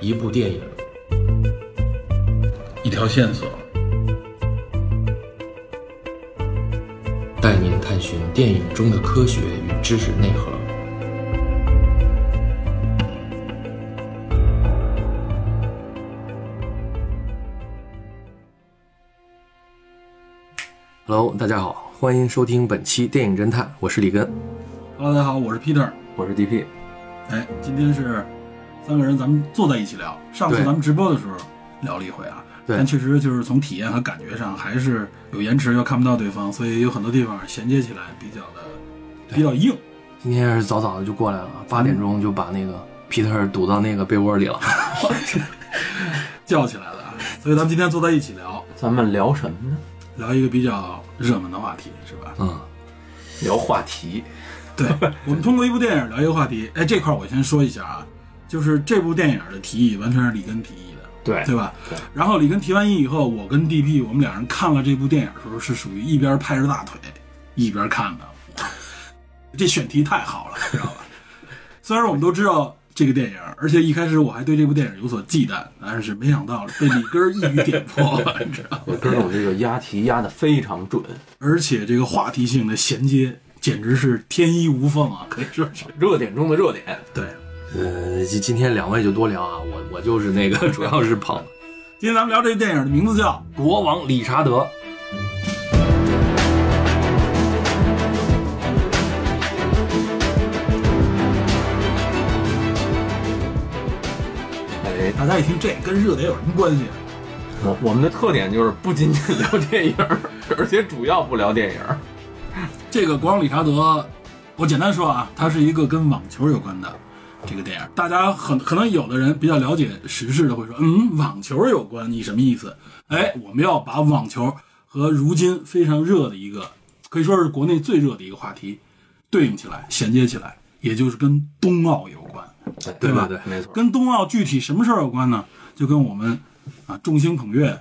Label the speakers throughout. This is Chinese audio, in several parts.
Speaker 1: 一部电影，
Speaker 2: 一条线索，
Speaker 1: 带您探寻电影中的科学与知识内核。Hello，大家好，欢迎收听本期《电影侦探》，我是李根，
Speaker 2: Hello，大家好，我是 Peter。
Speaker 1: 我是 DP。
Speaker 2: 哎，今天是三个人，咱们坐在一起聊。上次
Speaker 1: 对
Speaker 2: 咱们直播的时候聊了一回啊，
Speaker 1: 对
Speaker 2: 但确实就是从体验和感觉上还是有延迟，又看不到对方，所以有很多地方衔接起来比较的比较硬。
Speaker 1: 今天是早早的就过来了，八点钟就把那个皮特堵到那个被窝里了。
Speaker 2: 叫起来了啊，所以咱们今天坐在一起聊，
Speaker 3: 咱们聊什么呢？
Speaker 2: 聊一个比较热门的话题，是吧？
Speaker 1: 嗯，
Speaker 3: 聊话题。
Speaker 2: 对，我们通过一部电影聊一个话题。哎，这块儿我先说一下啊，就是这部电影的提议完全是里根提议的，
Speaker 3: 对
Speaker 2: 对吧？然后里根提完议以后，我跟 DP 我们两人看了这部电影的时候，是属于一边拍着大腿一边看的。 哇这选题太好了，你知道吧？ 虽然我们都知道这个电影，而且一开始我还对这部电影有所忌惮，但是没想到被里根儿一语点破了，你知道吗？
Speaker 3: 我 跟我这个押题押的非常准，
Speaker 2: 而且这个话题性的衔接简直是天衣无缝啊，可以说是
Speaker 3: 热点中的热点。
Speaker 2: 对。
Speaker 1: 呃，今今天两位就多聊啊，我我就是 那个主要是捧
Speaker 2: 今天咱们聊这个电影的名字叫
Speaker 1: 国王理查德。
Speaker 3: 哎，
Speaker 2: 大家一听这跟热点有什么关系？
Speaker 3: 我我们的特点就是不仅仅聊电影， 而且主要不聊电影。
Speaker 2: 这个《国王理查德》，我简单说啊，它是一个跟网球有关的这个电影。大家很可能有的人比较了解时事的会说，嗯，网球有关，你什么意思？哎，我们要把网球和如今非常热的一个，可以说是国内最热的一个话题对应起来、衔接起来，也就是跟冬奥有关。
Speaker 1: 对
Speaker 2: 吧
Speaker 1: 对，
Speaker 3: 没错。
Speaker 2: 跟冬奥具体什么事儿有关呢？就跟我们啊众星捧月，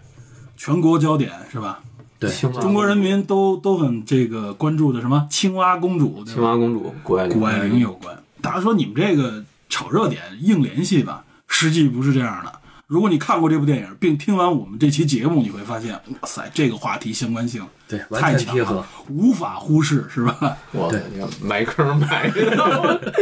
Speaker 2: 全国焦点是吧？
Speaker 1: 对
Speaker 3: 青蛙
Speaker 2: 中国人民都都很这个关注的什么青蛙公主、对
Speaker 3: 青
Speaker 2: 吧？
Speaker 3: 蛙公主谷爱凌，
Speaker 2: 谷爱凌有关。大家说你们这个炒热点硬联系吧，实际不是这样的。如果你看过这部电影，并听完我们这期节目，你会发现，哇塞，这个话题相关性
Speaker 1: 对完
Speaker 2: 太
Speaker 1: 全
Speaker 2: 强
Speaker 1: 贴合
Speaker 2: 了，无法忽视，是吧？
Speaker 3: 我埋坑埋的。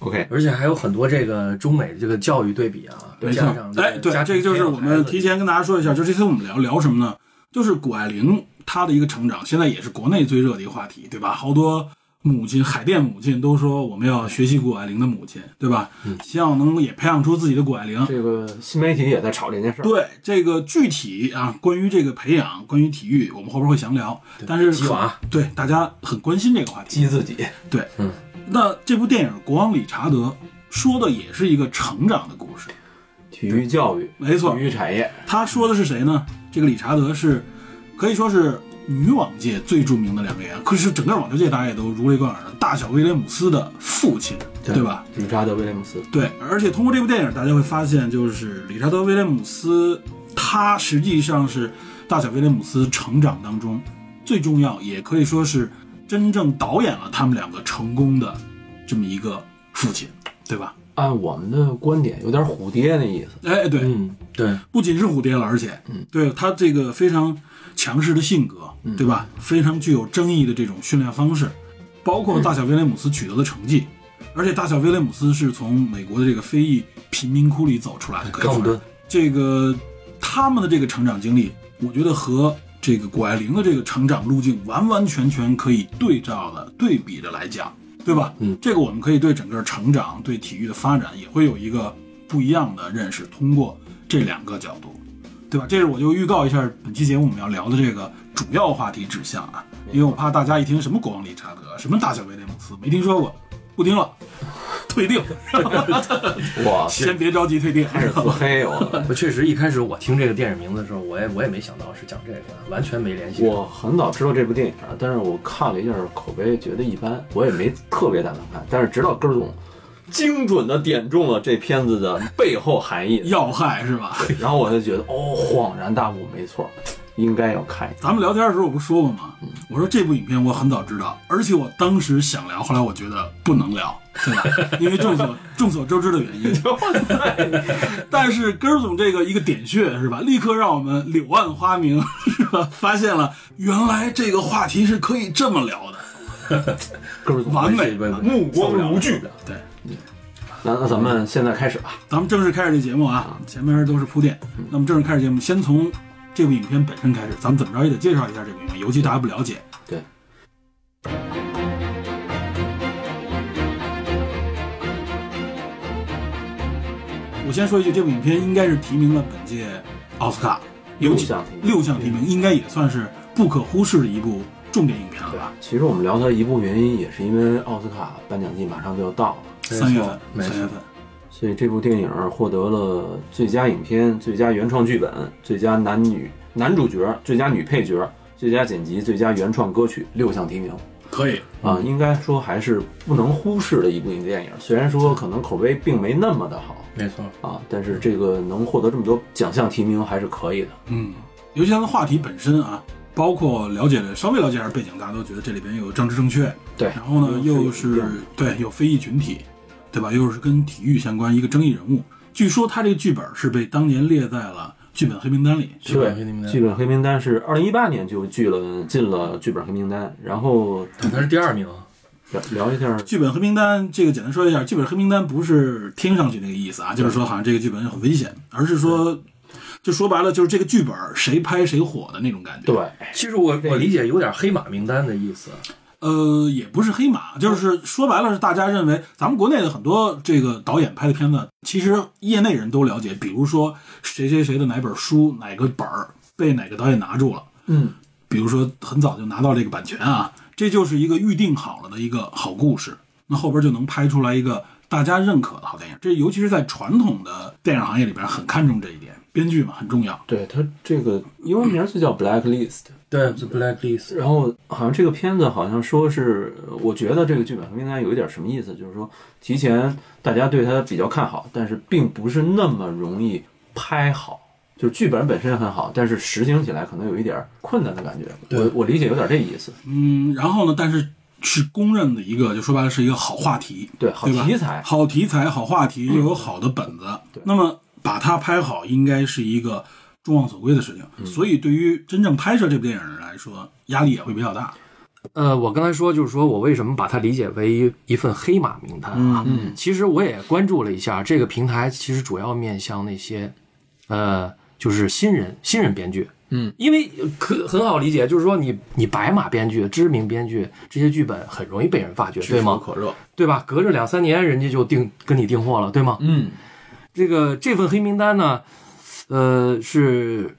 Speaker 3: OK，
Speaker 1: 而且还有很多这个中美这个教育对比啊，
Speaker 2: 没错
Speaker 1: 加上，
Speaker 2: 哎，对，这个就是我们提前跟大家说一下，就这次我们聊聊什么呢？就是谷爱凌她的一个成长，现在也是国内最热的一个话题，对吧？好多母亲，海淀母亲都说我们要学习谷爱凌的母亲，对吧？希望能也培养出自己的谷爱凌。
Speaker 3: 嗯这个新媒体也在炒这件事儿。
Speaker 2: 对这个具体啊，关于这个培养，关于体育，我们后边会详聊。但是
Speaker 1: 鸡娃
Speaker 3: 啊
Speaker 2: 对大家很关心这个话题。
Speaker 3: 激自己，
Speaker 2: 对，嗯，那这部电影《国王理查德》说的也是一个成长的故事，
Speaker 3: 体育教育，
Speaker 2: 没错
Speaker 3: 体育产业，
Speaker 2: 他说的是谁呢？这个理查德是可以说是女网界最著名的两个演员，可是整个网球界大家也都如雷贯耳的大小威廉姆斯的父亲，对吧？？
Speaker 3: 理查德·威廉姆斯，
Speaker 2: 对，而且通过这部电影，大家会发现，就是理查德·威廉姆斯，他实际上是大小威廉姆斯成长当中最重要，也可以说是真正导演了他们两个成功的这么一个父亲，对吧？
Speaker 3: 按我们的观点，有点虎爹那意思。
Speaker 2: 哎，对，
Speaker 1: 嗯，对，
Speaker 2: 不仅是蝴蝶了，而且，嗯，对他这个非常强势的性格，
Speaker 1: 嗯
Speaker 2: 对吧？非常具有争议的这种训练方式，包括大小威廉姆斯取得的成绩，而且大小威廉姆斯是从美国的这个非裔贫民窟里走出来的，可以
Speaker 1: 高
Speaker 2: 说
Speaker 1: 姆顿，
Speaker 2: 这个他们的这个成长经历，我觉得和这个谷爱凌的这个成长路径完完全全可以对照的、对比着来讲，对吧？
Speaker 1: 嗯，
Speaker 2: 这个我们可以对整个成长、对体育的发展也会有一个不一样的认识，通过这两个角度，对吧？这是我就预告一下本期节目我们要聊的这个主要话题指向啊，因为我怕大家一听什么国王理查德、什么大小威廉姆斯，没听说过，不听了， 退订，
Speaker 3: 哇，
Speaker 2: 先别着急退订，
Speaker 3: 开始自黑我。
Speaker 1: 我确实一开始我听这个电影名字的时候，我也我也没想到是讲这个，完全没联系。
Speaker 3: 我很早知道这部电影，啊但是我看了一下口碑，觉得一般，我也没特别打算看。但是直到根儿总精准的点中了这片子的背后含义，
Speaker 2: 要害是吧？
Speaker 3: 然后我就觉得哦，恍然大悟，没错，应该要看一下。
Speaker 2: 咱们聊天的时候我不说过吗？
Speaker 3: 嗯
Speaker 2: 我说这部影片我很早知道，而且我当时想聊，后来我觉得不能 聊，对吧？因为众所众所周知的原因。
Speaker 3: 哇塞，
Speaker 2: 但是根儿总这个一个点穴是吧，立刻让我们柳暗花明是吧？发现了原来这个话题是可以这么聊的。
Speaker 3: 哥们儿
Speaker 2: 完美
Speaker 3: 不是不是嗯
Speaker 4: 目光如炬，
Speaker 2: 对，
Speaker 3: 那那咱们现在开始吧。
Speaker 2: 咱们正式开始这节目啊，前面都是铺垫。那么正式开始节目，先从这部影片本身开始，咱们怎么着也得介绍一下这部影片，尤其大家不了解。
Speaker 3: 对，
Speaker 2: 我先说一句，这部影片应该是提名了本届奥斯卡
Speaker 3: 六项提名
Speaker 2: 六项提名应该也算是不可忽视的一部重点影片了吧？
Speaker 3: 其实我们聊它一部原因也是因为奥斯卡颁奖季马上就要到了，
Speaker 1: 没
Speaker 2: 三月
Speaker 1: 错
Speaker 2: 份，
Speaker 1: 没
Speaker 2: 三
Speaker 1: 错
Speaker 2: 月份，
Speaker 3: 所以这部电影获得了最佳影片、最佳原创剧本、最佳男女男主角、最佳女配角、最佳剪辑、最佳原创歌曲六项提名。
Speaker 2: 可以，
Speaker 3: 啊，应该说还是不能忽视的一部电影。虽然说可能口碑并没那么的好
Speaker 1: 没错，
Speaker 3: 啊，但是这个能获得这么多奖项提名还是可以的。
Speaker 2: 嗯，尤其它的话题本身啊，包括了解了稍微了解一下背景，大家都觉得这里边有政治正确，
Speaker 3: 对
Speaker 2: 然后呢又是对有非裔群体，对吧？又是跟体育相关一个争议人物。据说他这个剧本是被当年列在了剧本黑名单里，
Speaker 1: 剧本黑名单
Speaker 3: 剧本黑名单是二零一八年就进了进了剧本黑名单，然后
Speaker 1: 但他是第二名啊，
Speaker 3: 聊聊一下，
Speaker 2: 剧本黑名单，这个简单说一下，剧本黑名单不是听上去那个意思啊，就是说好像这个剧本很危险，而是说，就说白了就是这个剧本谁拍谁火的那种感觉。
Speaker 3: 对，
Speaker 1: 其实我我理解有点黑马名单的意思，
Speaker 2: 呃，也不是黑马，就是说白了是大家认为咱们国内的很多这个导演拍的片子，其实业内人都了解，比如说谁谁谁的哪本书、哪个本儿被哪个导演拿住了，
Speaker 3: 嗯，
Speaker 2: 比如说很早就拿到这个版权啊，这就是一个预定好了的一个好故事，那后边就能拍出来一个大家认可的好电影。这尤其是在传统的电影行业里边很看重这一点，编剧嘛很重要。
Speaker 3: 对他这个英文名就叫 Blacklist，
Speaker 1: 对，The Blacklist，
Speaker 3: 然后好像这个片子好像说是，我觉得这个剧本应该有一点什么意思，就是说提前大家对它比较看好，但是并不是那么容易拍好。就是剧本本身很好，但是实行起来可能有一点困难的感觉。
Speaker 1: 对
Speaker 3: 我我理解有点这意思。
Speaker 2: 嗯，然后呢，但是是公认的一个，就说白了是一个好话题。
Speaker 3: 对，好
Speaker 2: 对吧
Speaker 3: 题材，嗯
Speaker 2: 好题材、好话题，又有好的本子，那么把它拍好，应该是一个众望所归的事情。
Speaker 3: 嗯
Speaker 2: 所以，对于真正拍摄这部电影的人来说，压力也会比较大。
Speaker 1: 呃，我刚才说就是说我为什么把它理解为一一份黑马名单啊？嗯，其实我也关注了一下这个平台，其实主要面向那些，呃，就是新人新人编剧。嗯，因为呃可很好理解，就是说你你白马编剧、知名编剧这些剧本很容易被人发掘，对吗？
Speaker 3: 可热。
Speaker 1: 对吧？隔着两三年，人家就订跟你订货了，对吗？
Speaker 3: 嗯，
Speaker 1: 这个这份黑名单呢，呃，是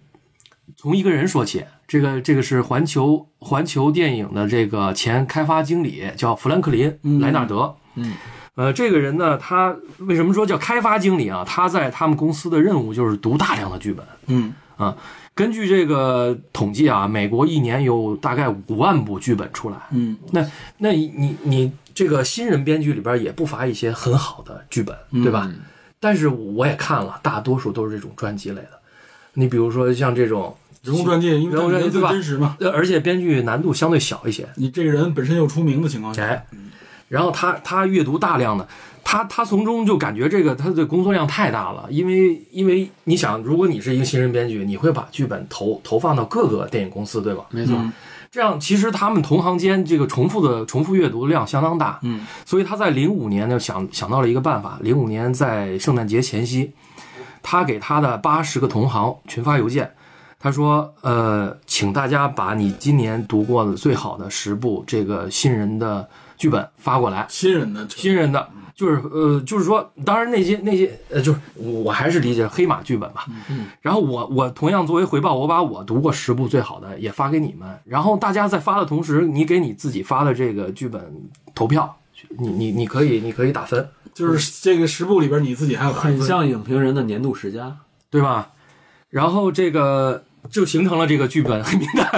Speaker 1: 从一个人说起。这个这个是环球环球电影的这个前开发经理，叫弗兰克林·莱纳德。嗯，呃，这个人呢，他为什么说叫开发经理啊？他在他们公司的任务就是读大量的剧本。
Speaker 2: 嗯
Speaker 1: 啊，根据这个统计啊，美国一年有大概五万部剧本出来。
Speaker 2: 嗯，
Speaker 1: 那那你你你这个新人编剧里边也不乏一些很好的剧本，对吧？但是我也看了，大多数都是这种传记类的。你比如说像这种，
Speaker 2: 人物传记，因为
Speaker 1: 人物传记
Speaker 2: 它
Speaker 1: 对吧
Speaker 2: 最真实嘛，
Speaker 1: 呃而且编剧难度相对小一些，
Speaker 2: 你这个人本身又出名的情况下，
Speaker 1: 哎，然后他他阅读大量的，他他从中就感觉这个他的工作量太大了，因为因为你想，如果你是一个新人编剧，你会把剧本投投放到各个电影公司，对吧？
Speaker 3: 没错。
Speaker 1: 这样其实他们同行间这个重复的重复阅读量相当大，
Speaker 2: 嗯，
Speaker 1: 所以他在零五年呢想想到了一个办法，零五年在圣诞节前夕，他给他的八十个同行群发邮件，他说，呃，请大家把你今年读过的最好的十部这个新人的剧本发过来，
Speaker 2: 新人的
Speaker 1: 新人的，就是呃，就是说，当然那些那些呃，就是我我还是理解黑马剧本吧。嗯。然后我我同样作为回报，我把我读过十部最好的也发给你们，然后大家在发的同时，你给你自己发的这个剧本投票，你你你可以你可以打分，
Speaker 2: 就是这个十部里边你自己还有
Speaker 3: 很像影评人的年度十佳，
Speaker 1: 对吧？然后这个就形成了这个剧本黑名单。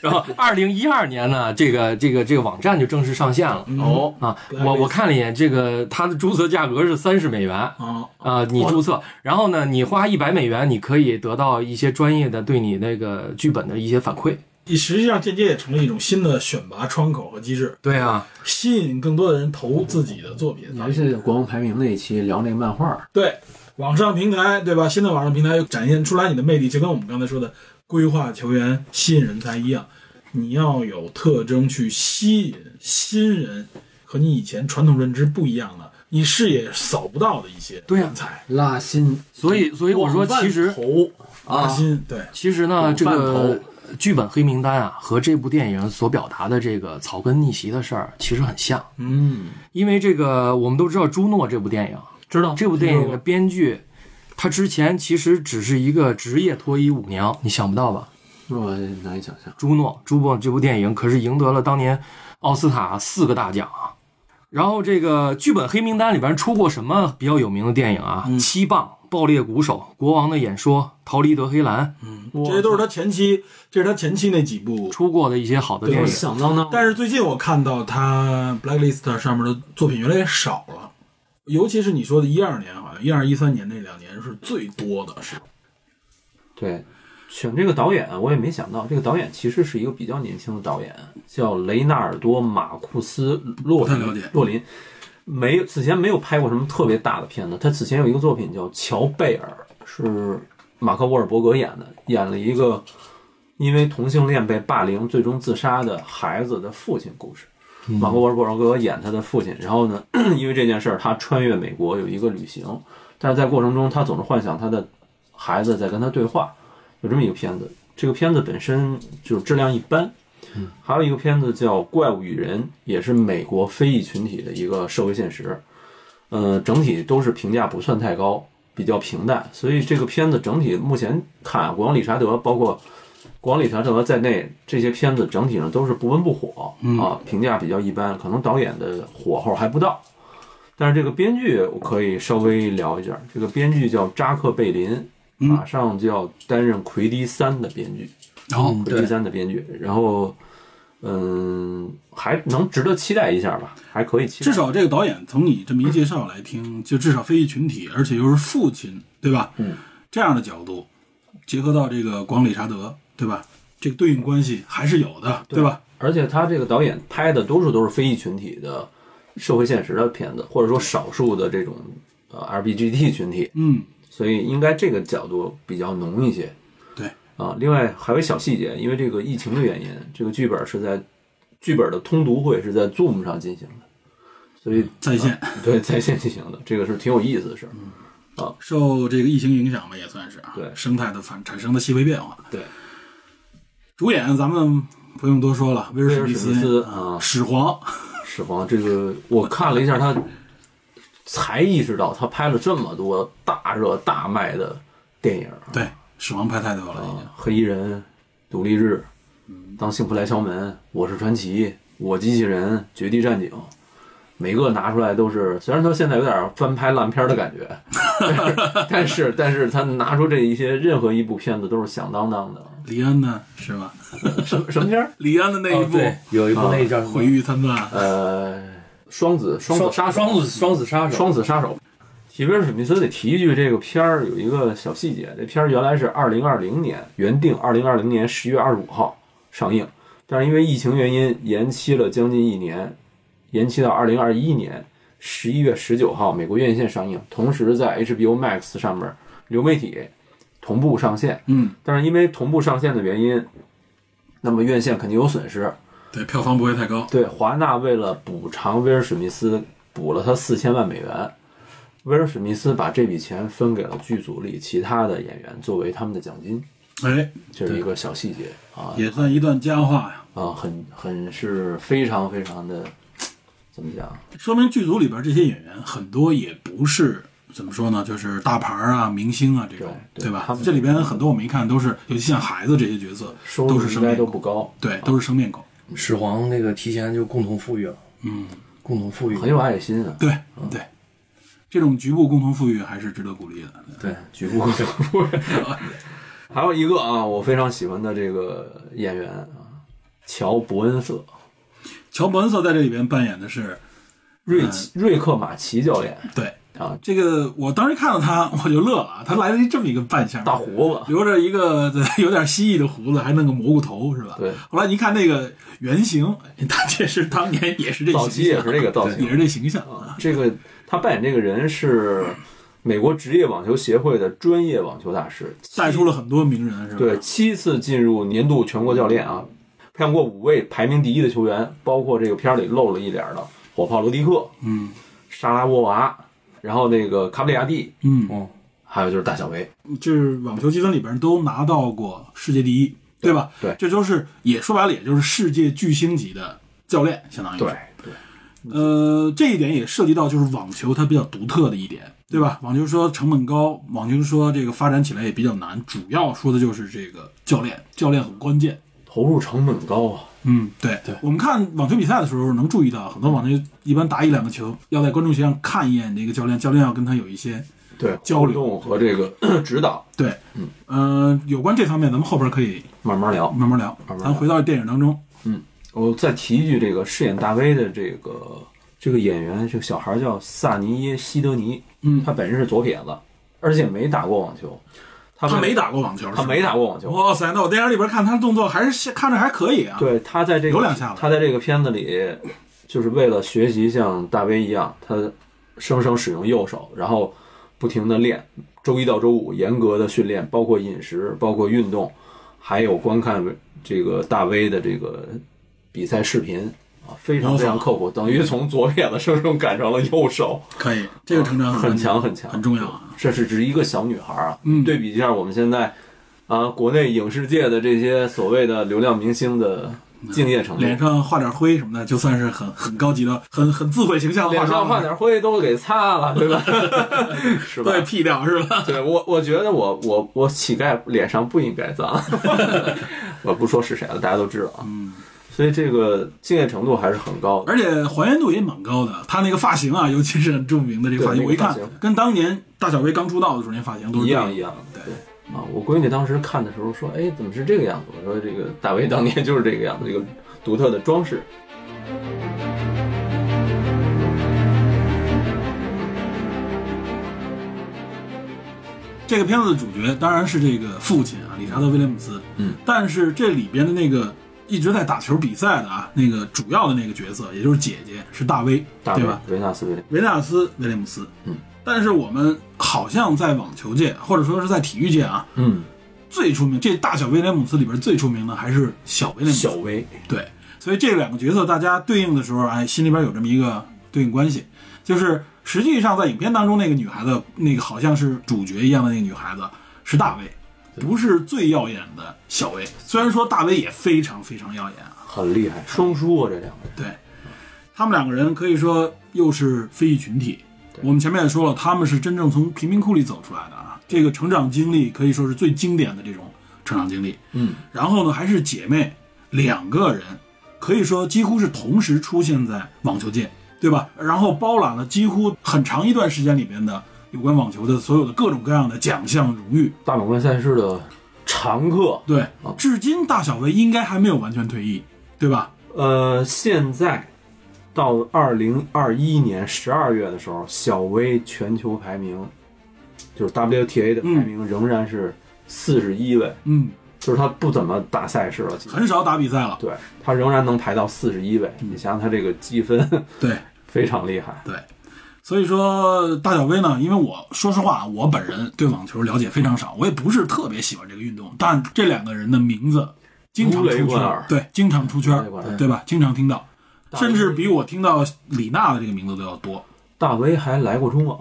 Speaker 1: 然后二零一二年呢，这个这个这个网站就正式上线了。
Speaker 3: 哦，
Speaker 1: 啊，我我看了一眼，这个它的注册价格是三十美元啊、
Speaker 2: 啊，
Speaker 1: 你注册，然后呢，你花一百美元，你可以得到一些专业的对你那个剧本的一些反馈。
Speaker 2: 实际上间接也成了一种新的选拔窗口和机制，
Speaker 1: 对啊，
Speaker 2: 吸引更多的人投自己的作品。
Speaker 3: 还是国王排名那一期聊那个漫画，
Speaker 2: 对，网上平台对吧？新的网上平台又展现出来你的魅力，就跟我们刚才说的规划球员、吸引人才一样，你要有特征去吸引新人和你以前传统认知不一样的，你视野扫不到的一些
Speaker 1: 对呀
Speaker 2: 人才。
Speaker 3: 拉新，
Speaker 1: 所以所以我说，其实
Speaker 3: 头
Speaker 2: 大
Speaker 3: 啊，
Speaker 2: 新对，
Speaker 1: 其实呢，
Speaker 3: 广
Speaker 1: 这
Speaker 3: 泛
Speaker 1: 个剧本黑名单啊，和这部电影所表达的这个草根逆袭的事儿其实很像，
Speaker 3: 嗯，
Speaker 1: 因为这个我们都知道《朱诺》这部电影，
Speaker 3: 知道
Speaker 1: 这部电影的编剧，他之前其实只是一个职业脱衣舞娘，你想不到吧？
Speaker 3: 我难以想象，
Speaker 1: 朱诺，朱诺这部电影可是赢得了当年奥斯卡四个大奖啊。然后这个剧本黑名单里边出过什么比较有名的电影啊？七磅》《爆裂鼓手》《国王的演说》《逃离德黑兰》
Speaker 2: 这些都是他前期，这是他前期那几部。
Speaker 1: 出过的一些好的电
Speaker 3: 我
Speaker 1: 影。
Speaker 3: 响当当，
Speaker 2: 但是最近我看到他 Blacklist 上面的作品越来越少了，尤其是你说的一二年，好像一二一三年那两年是最多的，是
Speaker 3: 对，选这个导演我也没想到，这个导演其实是一个比较年轻的导演，叫雷纳尔多·马库斯·洛
Speaker 2: 不太了
Speaker 3: 林
Speaker 2: 解。
Speaker 3: 洛林没有此前没有拍过什么特别大的片子，他此前有一个作品叫《乔贝尔》，是马克·沃尔伯格演的，演了一个因为同性恋被霸凌最终自杀的孩子的父亲故事。马克·沃尔伯格演他的父亲，然后呢， 因为这件事儿，他穿越美国有一个旅行，但是在过程中，他总是幻想他的孩子在跟他对话，有这么一个片子。这个片子本身就是质量一般。还有一个片子叫《怪物与人》，也是美国非裔群体的一个社会现实，呃，整体都是评价不算太高，比较平淡。所以这个片子整体目前看，国王理查德包括国王理查德在内，这些片子整体上都是不温不火、啊，评价比较一般，可能导演的火候还不到。但是这个编剧我可以稍微聊一下，这个编剧叫扎克贝林，
Speaker 2: 嗯
Speaker 3: 马上就要担任《魁地三》的编剧。
Speaker 2: 然后
Speaker 1: 嗯
Speaker 3: 第三的编剧，然后嗯，还能值得期待一下吧，还可以期待
Speaker 2: 至。少这个导演从你这么一介绍来听，就至少非裔群体，而且又是父亲，对吧？
Speaker 3: 嗯，
Speaker 2: 这样的角度，结合到这个广理查德，对吧？这个对应关系还是有的，对吧？
Speaker 3: 而且他这个导演拍的多数都是非裔群体的社会现实的片子，或者说少数的这种呃 LGBT 群体，
Speaker 2: 嗯，
Speaker 3: 所以应该这个角度比较浓一些。
Speaker 2: 对
Speaker 3: 啊，另外还有一小细节，因为这个疫情的原因，这个剧本是在剧本的通读会是在 Zoom 上进行的，所以
Speaker 2: 在线
Speaker 3: 对在线进行的，这个是挺有意思的事儿。
Speaker 2: 受这个疫情影响吧，也算是啊，
Speaker 3: 对
Speaker 2: 生态的反产生的细微变化。
Speaker 3: 对，
Speaker 2: 主演咱们不用多说了，威尔史密
Speaker 3: 威尔史密斯
Speaker 2: 啊
Speaker 3: 啊，
Speaker 2: 始皇，
Speaker 3: 是吧？这个我看了一下，他才意识到他拍了这么多大热大卖的电影，
Speaker 2: 对，始皇拍太多了，已经
Speaker 3: 啊，《黑衣人》《独立日》《当幸福来敲门》《我是传奇》《我机器人》《绝地战警》，每个拿出来都是，虽然他现在有点翻拍烂片的感觉，但是但是他拿出这一些任何一部片子都是响当当的。
Speaker 2: 李安呢，是吧？
Speaker 3: 什么什么片儿？
Speaker 2: 李安的那一
Speaker 1: 哦
Speaker 2: 部
Speaker 1: 对，有一部那叫
Speaker 2: 《毁誉参半》，
Speaker 3: 呃，双子双子杀手
Speaker 1: 双子双子杀手，
Speaker 3: 双子杀手。提威尔史密斯得提一句，这个片儿有一个小细节，这片儿原来是二零二零年原定二零二零年十月二十五号上映，但是因为疫情原因延期了将近一年，延期到二零二一年十一月十九号美国院线上映，同时在 HBO Max 上面流媒体同步上线。
Speaker 2: 嗯，
Speaker 3: 但是因为同步上线的原因，那么院线肯定有损失，
Speaker 2: 对，票房不会太高，
Speaker 3: 对，华纳为了补偿威尔史密斯，补了他四千万美元。威尔史密斯把这笔钱分给了剧组里其他的演员作为他们的奖金，
Speaker 2: 哎，
Speaker 3: 这是一个小细节啊
Speaker 2: 也算一段佳话呀。
Speaker 3: 啊，很很是非常非常的怎么讲？
Speaker 2: 说明剧组里边这些演员很多也不是怎么说呢，就是大牌啊、明星啊这种，
Speaker 3: 对对
Speaker 2: 吧
Speaker 3: 他？们
Speaker 2: 这里边很多我没看，都是尤其像孩子这些角色，
Speaker 3: 收
Speaker 2: 都
Speaker 3: 入
Speaker 2: 是
Speaker 3: 应
Speaker 2: 生
Speaker 3: 该
Speaker 2: 面
Speaker 3: 都
Speaker 2: 孔，
Speaker 3: 不高，
Speaker 2: 对，都是生面孔。
Speaker 1: 始皇那个提前就共同富裕了，
Speaker 2: 嗯，
Speaker 1: 共同富裕，
Speaker 3: 很有爱心啊。
Speaker 2: 对对，这种局部共同富裕还是值得鼓励的。
Speaker 1: 对，
Speaker 3: 局部 还有一个啊，我非常喜欢的这个演员啊，乔·伯恩瑟，
Speaker 2: 乔伯恩瑟在这里边扮演的是
Speaker 3: 瑞奇
Speaker 2: 嗯
Speaker 3: 瑞克·马奇教练
Speaker 2: 对
Speaker 3: 啊，
Speaker 2: 这个，我当时看到他我就乐了啊，他来了这么一个扮相，
Speaker 3: 大胡子，
Speaker 2: 留着一个对有点蜥蜴的胡子，还弄个蘑菇头是吧？
Speaker 3: 对
Speaker 2: 后来你看那个原型，他确实当年也是这
Speaker 3: 早期也是这个造
Speaker 2: 形象，也
Speaker 3: 型
Speaker 2: 是这形象。
Speaker 3: 啊。这个他扮演这个人是美国职业网球协会的专业网球大师，
Speaker 2: 带出了很多名人，是吧？
Speaker 3: 对，七次进入年度全国教练啊，培养过五位排名第一的球员，包括这个片儿里露了一脸的火炮罗迪克、
Speaker 2: 嗯
Speaker 3: 沙拉沃娃，然后那个卡布里亚蒂，
Speaker 2: 嗯，
Speaker 1: 哦，
Speaker 3: 还有就是大小维。
Speaker 2: 就是网球积分里边都拿到过世界第一，对吧？
Speaker 3: 对
Speaker 2: 这就是也说白了，也就是世界巨星级的教练，相当于是
Speaker 3: 对，
Speaker 2: 呃，这一点也涉及到就是网球它比较独特的一点，对吧？网球说成本高，网球说这个发展起来也比较难，主要说的就是这个教练，教练很关键。
Speaker 3: 投入成本高啊。
Speaker 2: 嗯，对
Speaker 1: 对
Speaker 2: 我们看网球比赛的时候，能注意到很多网球一般打一两个球，要在观众席上看一眼这个教练，教练要跟他有一些
Speaker 3: 对，
Speaker 2: 交流
Speaker 3: 互动和这个 指导，
Speaker 2: 对，嗯，有关这方面，咱们后边可以
Speaker 3: 慢慢聊。
Speaker 2: 慢慢聊。
Speaker 3: 慢慢聊
Speaker 2: 咱回到电影当中，
Speaker 3: 我再提一句，这个饰演大威的这个这个演员，这个小孩叫萨尼耶·希德尼，
Speaker 2: 嗯
Speaker 3: 他本身是左撇子，而且没打过网球，他
Speaker 2: 他
Speaker 3: 们
Speaker 2: 没打过网球，是吧
Speaker 3: 他没。打过网球，
Speaker 2: 哇塞，那我电影里边看他的动作还是看着还可以啊。，
Speaker 3: 对他在这个
Speaker 2: 有两下子
Speaker 3: 他在这个片子里，就是为了学习像大威一样，他生生使用右手，然后不停的练，周一到周五严格的训练，包括饮食，包括运动，还有观看这个大威的这个比赛视频。啊，非常非常刻苦，等于从左撇子生生改成了右手，
Speaker 2: 可以，这个成长
Speaker 3: 很
Speaker 2: 关键
Speaker 3: 强很强，
Speaker 2: 很重要啊。
Speaker 3: 这是只是一个小女孩啊。
Speaker 2: 嗯
Speaker 3: 对比一下我们现在啊，国内影视界的这些所谓的流量明星的敬业程度，
Speaker 2: 脸上画点灰什么的，就算是很很高级的、很很自毁形象的化
Speaker 3: 脸上
Speaker 2: 妆
Speaker 3: 画
Speaker 2: 了。
Speaker 3: 点灰都给擦 了，对吧？是吧
Speaker 2: 对，？P 掉是吧？
Speaker 3: 对我，我觉得我我我乞丐脸上不应该 脏，我不说是谁了，大家都知道啊。嗯，所以这个敬业程度还是很高的。
Speaker 2: 而且还原度也蛮高的。他那个发型啊，尤其是很著名的这个发型，
Speaker 3: 对那个
Speaker 2: 我一看
Speaker 3: 发型
Speaker 2: 跟当年大小威刚出道的时候那发型都是
Speaker 3: 一样
Speaker 2: 对
Speaker 3: 一样
Speaker 2: 对
Speaker 3: 对啊！我闺女当时看的时候说：“哎，怎么是这个样子？”我说：“这个大卫当年就是这个样子，这个独特的装饰。
Speaker 2: 这个片子的主角当然是这个父亲啊，理查德·威廉姆斯。
Speaker 3: 嗯，
Speaker 2: 但是这里边的那个一直在打球比赛的啊，那个主要的那个角色，也就是姐姐，是大威，”
Speaker 3: 大卫
Speaker 2: 对吧？
Speaker 3: 维纳斯威廉，
Speaker 2: 维纳斯·威廉姆斯。
Speaker 3: 嗯，
Speaker 2: 但是我们好像在网球界，或者说是在体育界啊，
Speaker 3: 嗯，
Speaker 2: 最出名，这大小威廉姆斯里边最出名的还是小威廉姆斯。
Speaker 3: 小威，
Speaker 2: 对，所以这两个角色大家对应的时候，哎，心里边有这么一个对应关系，就是实际上在影片当中那个女孩子，那个好像是主角一样的那个女孩子是大卫，不是最耀眼的小薇。虽然说大卫也非常非常耀眼啊，
Speaker 3: 很厉害，双输啊，这两个人。
Speaker 2: 对，他们两个人可以说又是非裔群体。我们前面也说了，他们是真正从贫民窟里走出来的啊，这个成长经历可以说是最经典的这种成长经历。
Speaker 3: 嗯，
Speaker 2: 然后呢，还是姐妹两个人，可以说几乎是同时出现在网球界，对吧？然后包揽了几乎很长一段时间里边的有关网球的所有的各种各样的奖项荣誉。
Speaker 3: 大满贯赛事的常客，
Speaker 2: 对
Speaker 3: 啊，
Speaker 2: 至今大小威应该还没有完全退役，对吧？
Speaker 3: 呃，现在到二零二一年十二月的时候，小威全球排名就是 WTA 的排名仍然是四十一位，
Speaker 2: 嗯，
Speaker 3: 就是他不怎么打赛事了，其实
Speaker 2: 很少打比赛了。
Speaker 3: 对他仍然能排到四十一位。
Speaker 2: 嗯
Speaker 3: 你想想他这个积分
Speaker 2: 对
Speaker 3: 非常厉害，
Speaker 2: 对，所以说大小威呢，因为我说实话，我本人对网球了解非常少，我也不是特别喜欢这个运动，但这两个人的名字经常
Speaker 3: 如雷
Speaker 2: 出圈
Speaker 3: 贯
Speaker 2: 儿
Speaker 3: 耳，
Speaker 2: 对，经常出圈
Speaker 3: 如雷贯
Speaker 2: 儿，
Speaker 3: 耳
Speaker 2: 对吧？经常听到，
Speaker 3: 威
Speaker 2: 甚至比我听到李娜的这个名字都要多。
Speaker 3: 大威还来过中网，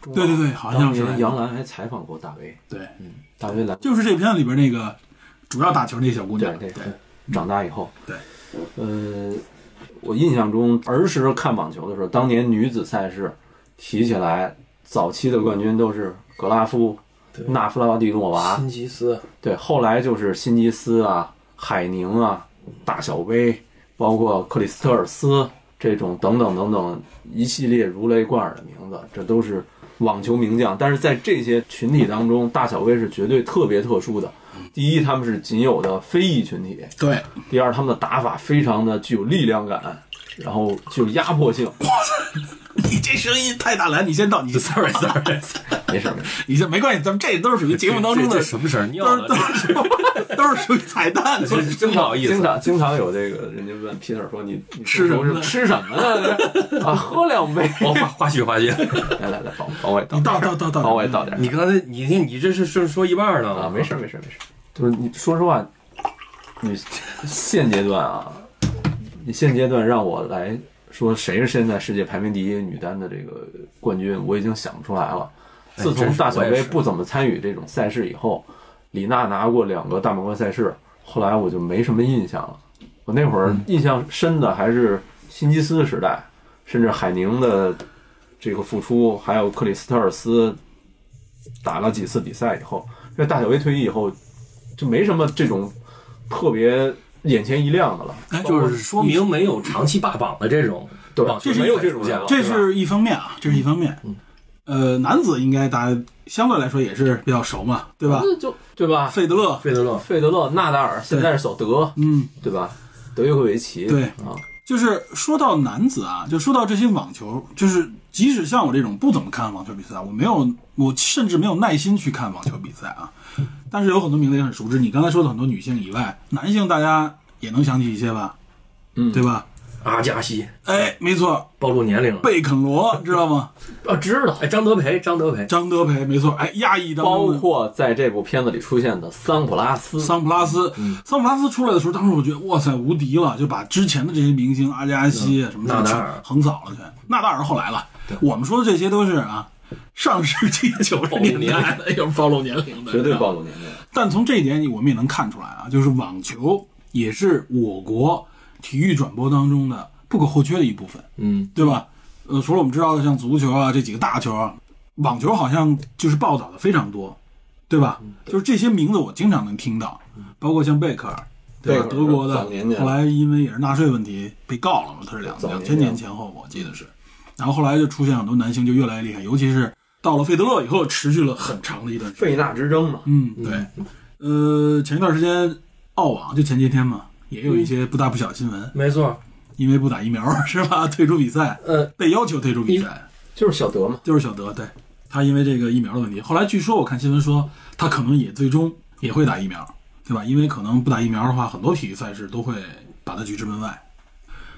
Speaker 3: 中网
Speaker 2: 对对对好像
Speaker 3: 当
Speaker 2: 是
Speaker 3: 年杨澜还采访过大威，
Speaker 2: 对，
Speaker 3: 大威来
Speaker 2: 就是这片子里边那个主要打球那小姑娘，
Speaker 3: 对
Speaker 2: 对
Speaker 3: 对长大以后，
Speaker 2: 对，
Speaker 3: 呃，我印象中儿时看网球的时候，当年女子赛事提起来，早期的冠军都是格拉夫、纳夫拉蒂诺娃，
Speaker 1: 辛吉斯，
Speaker 3: 对，后来就是辛吉斯啊、海宁啊、大小威，包括克里斯特尔斯这种等等等等一系列如雷贯耳的名字，这都是网球名将。但是在这些群体当中，大小威是绝对特别特殊的，
Speaker 1: 嗯
Speaker 3: 第一，他们是仅有的非裔群体；
Speaker 2: 对，
Speaker 3: 第二，他们的打法非常的具有力量感，然后具有压迫 性。
Speaker 2: 你这声音太大了，你先到，你 sorry sorry，
Speaker 3: 没事儿没事儿，
Speaker 2: 你这没关系，咱们这都是属于节目当中
Speaker 1: 这
Speaker 2: 的
Speaker 1: 这，什么事儿？尿
Speaker 2: 都是
Speaker 1: 了
Speaker 2: 都，是都是属 于彩蛋，
Speaker 1: 这这真不好意
Speaker 3: 经
Speaker 1: 思。
Speaker 3: 常经常有这个人家问皮特说你你
Speaker 2: 吃什么呢
Speaker 3: 吃什么呢？ 啊，喝两杯。
Speaker 1: 我花花絮花絮，
Speaker 3: 来来来，帮帮我也倒
Speaker 2: 你，到到到到，
Speaker 3: 帮我也倒点儿
Speaker 1: 你刚才你你你这是是说一半呢
Speaker 3: 啊，没事儿没事儿没事儿。就是你说实话，你现阶段啊，你现阶段让我来说谁是现在世界排名第一女单的这个冠军，我已经想不出来了。
Speaker 1: 哎真
Speaker 3: 自从
Speaker 1: 是
Speaker 3: 大小
Speaker 1: 我也
Speaker 3: 杯
Speaker 1: 是
Speaker 3: 不怎么参与这种赛事以后，李娜拿过两个大满贯赛事，后来我就没什么印象了。我那会儿
Speaker 1: 嗯
Speaker 3: 印象深的还是辛基斯时代，甚至海宁的这个复出，还有克里斯特尔斯打了几次比赛以后，这大小威退役以后就没什么这种特别眼前一亮的了。
Speaker 2: 哎
Speaker 1: 就是说明没有长期霸榜的这种，
Speaker 3: 对
Speaker 1: 网球
Speaker 3: 这是
Speaker 1: 没有这种人了，
Speaker 2: 这
Speaker 1: 对吧嗯
Speaker 2: 是一方面啊，这是一方面。呃，男子应该大家相对来说也是比较熟嘛，对吧？
Speaker 3: 那就对吧？
Speaker 2: 费德勒，
Speaker 1: 费德勒。
Speaker 3: 费德勒、纳达尔，现在是小德，
Speaker 2: 嗯，
Speaker 3: 对吧？德约科维奇，
Speaker 2: 对
Speaker 3: 啊，
Speaker 2: 就是说到男子啊，就说到这些网球，就是即使像我这种不怎么看网球比赛，我没有，我甚至没有耐心去看网球比赛啊。但是有很多名字也很熟知，你刚才说的很多女性以外，男性大家也能想起一些吧，
Speaker 3: 嗯
Speaker 2: 对吧？
Speaker 1: 阿加西
Speaker 2: 哎，没错，
Speaker 1: 暴露年龄了。
Speaker 2: 贝肯罗知道吗？
Speaker 1: 啊，知道。哎，张德培，张德培，
Speaker 2: 张德培，没错，哎，亚裔当
Speaker 3: 包
Speaker 2: 中的
Speaker 3: 括在这部片子里出现的桑普拉斯，
Speaker 2: 桑普拉斯，桑普拉斯出来的时候，当时我觉得哇塞无敌了，就把之前的这些明星阿加西啊什么的
Speaker 1: 纳达
Speaker 2: 全
Speaker 1: 尔
Speaker 2: 横扫了全。纳达尔后来了，我们说的这些都是啊，上世纪九十年代的，又是暴露年龄的，啊
Speaker 3: 绝对
Speaker 2: 你知道吗
Speaker 3: 暴露年龄。
Speaker 2: 但从这一点，我们也能看出来啊，就是网球也是我国体育转播当中的不可或缺的一部分，
Speaker 1: 嗯，
Speaker 2: 对吧？呃，除了我们知道的像足球啊这几个大球啊，网球好像就是报道的非常多，对吧？
Speaker 3: 嗯
Speaker 2: 就是这些名字我经常能听到，包括像贝克尔，对吧？
Speaker 3: 贝克尔
Speaker 2: 德国的
Speaker 3: 早年，间
Speaker 2: 后来因为也是纳税问题被告了嘛，他是两
Speaker 3: 早年
Speaker 2: 两
Speaker 3: 间
Speaker 2: 千年前后我记得是，然后后来就出现很多男性就越来越厉害，尤其是到了费德勒以后，持续了很长的一段时间。
Speaker 3: 费纳之争嘛，
Speaker 2: 嗯，对，呃，前一段时间澳网就前些天嘛，也
Speaker 1: 嗯
Speaker 2: 有一些不大不小新闻，
Speaker 1: 没错。
Speaker 2: 因为不打疫苗是吧，退出比赛，
Speaker 1: 呃，
Speaker 2: 被要求退出比赛，
Speaker 3: 就是小德嘛，
Speaker 2: 就是小德，对他因为这个疫苗的问题，后来据说我看新闻说他可能也最终也会打疫苗，对吧？因为可能不打疫苗的话，很多体育赛事都会把他拒之门外。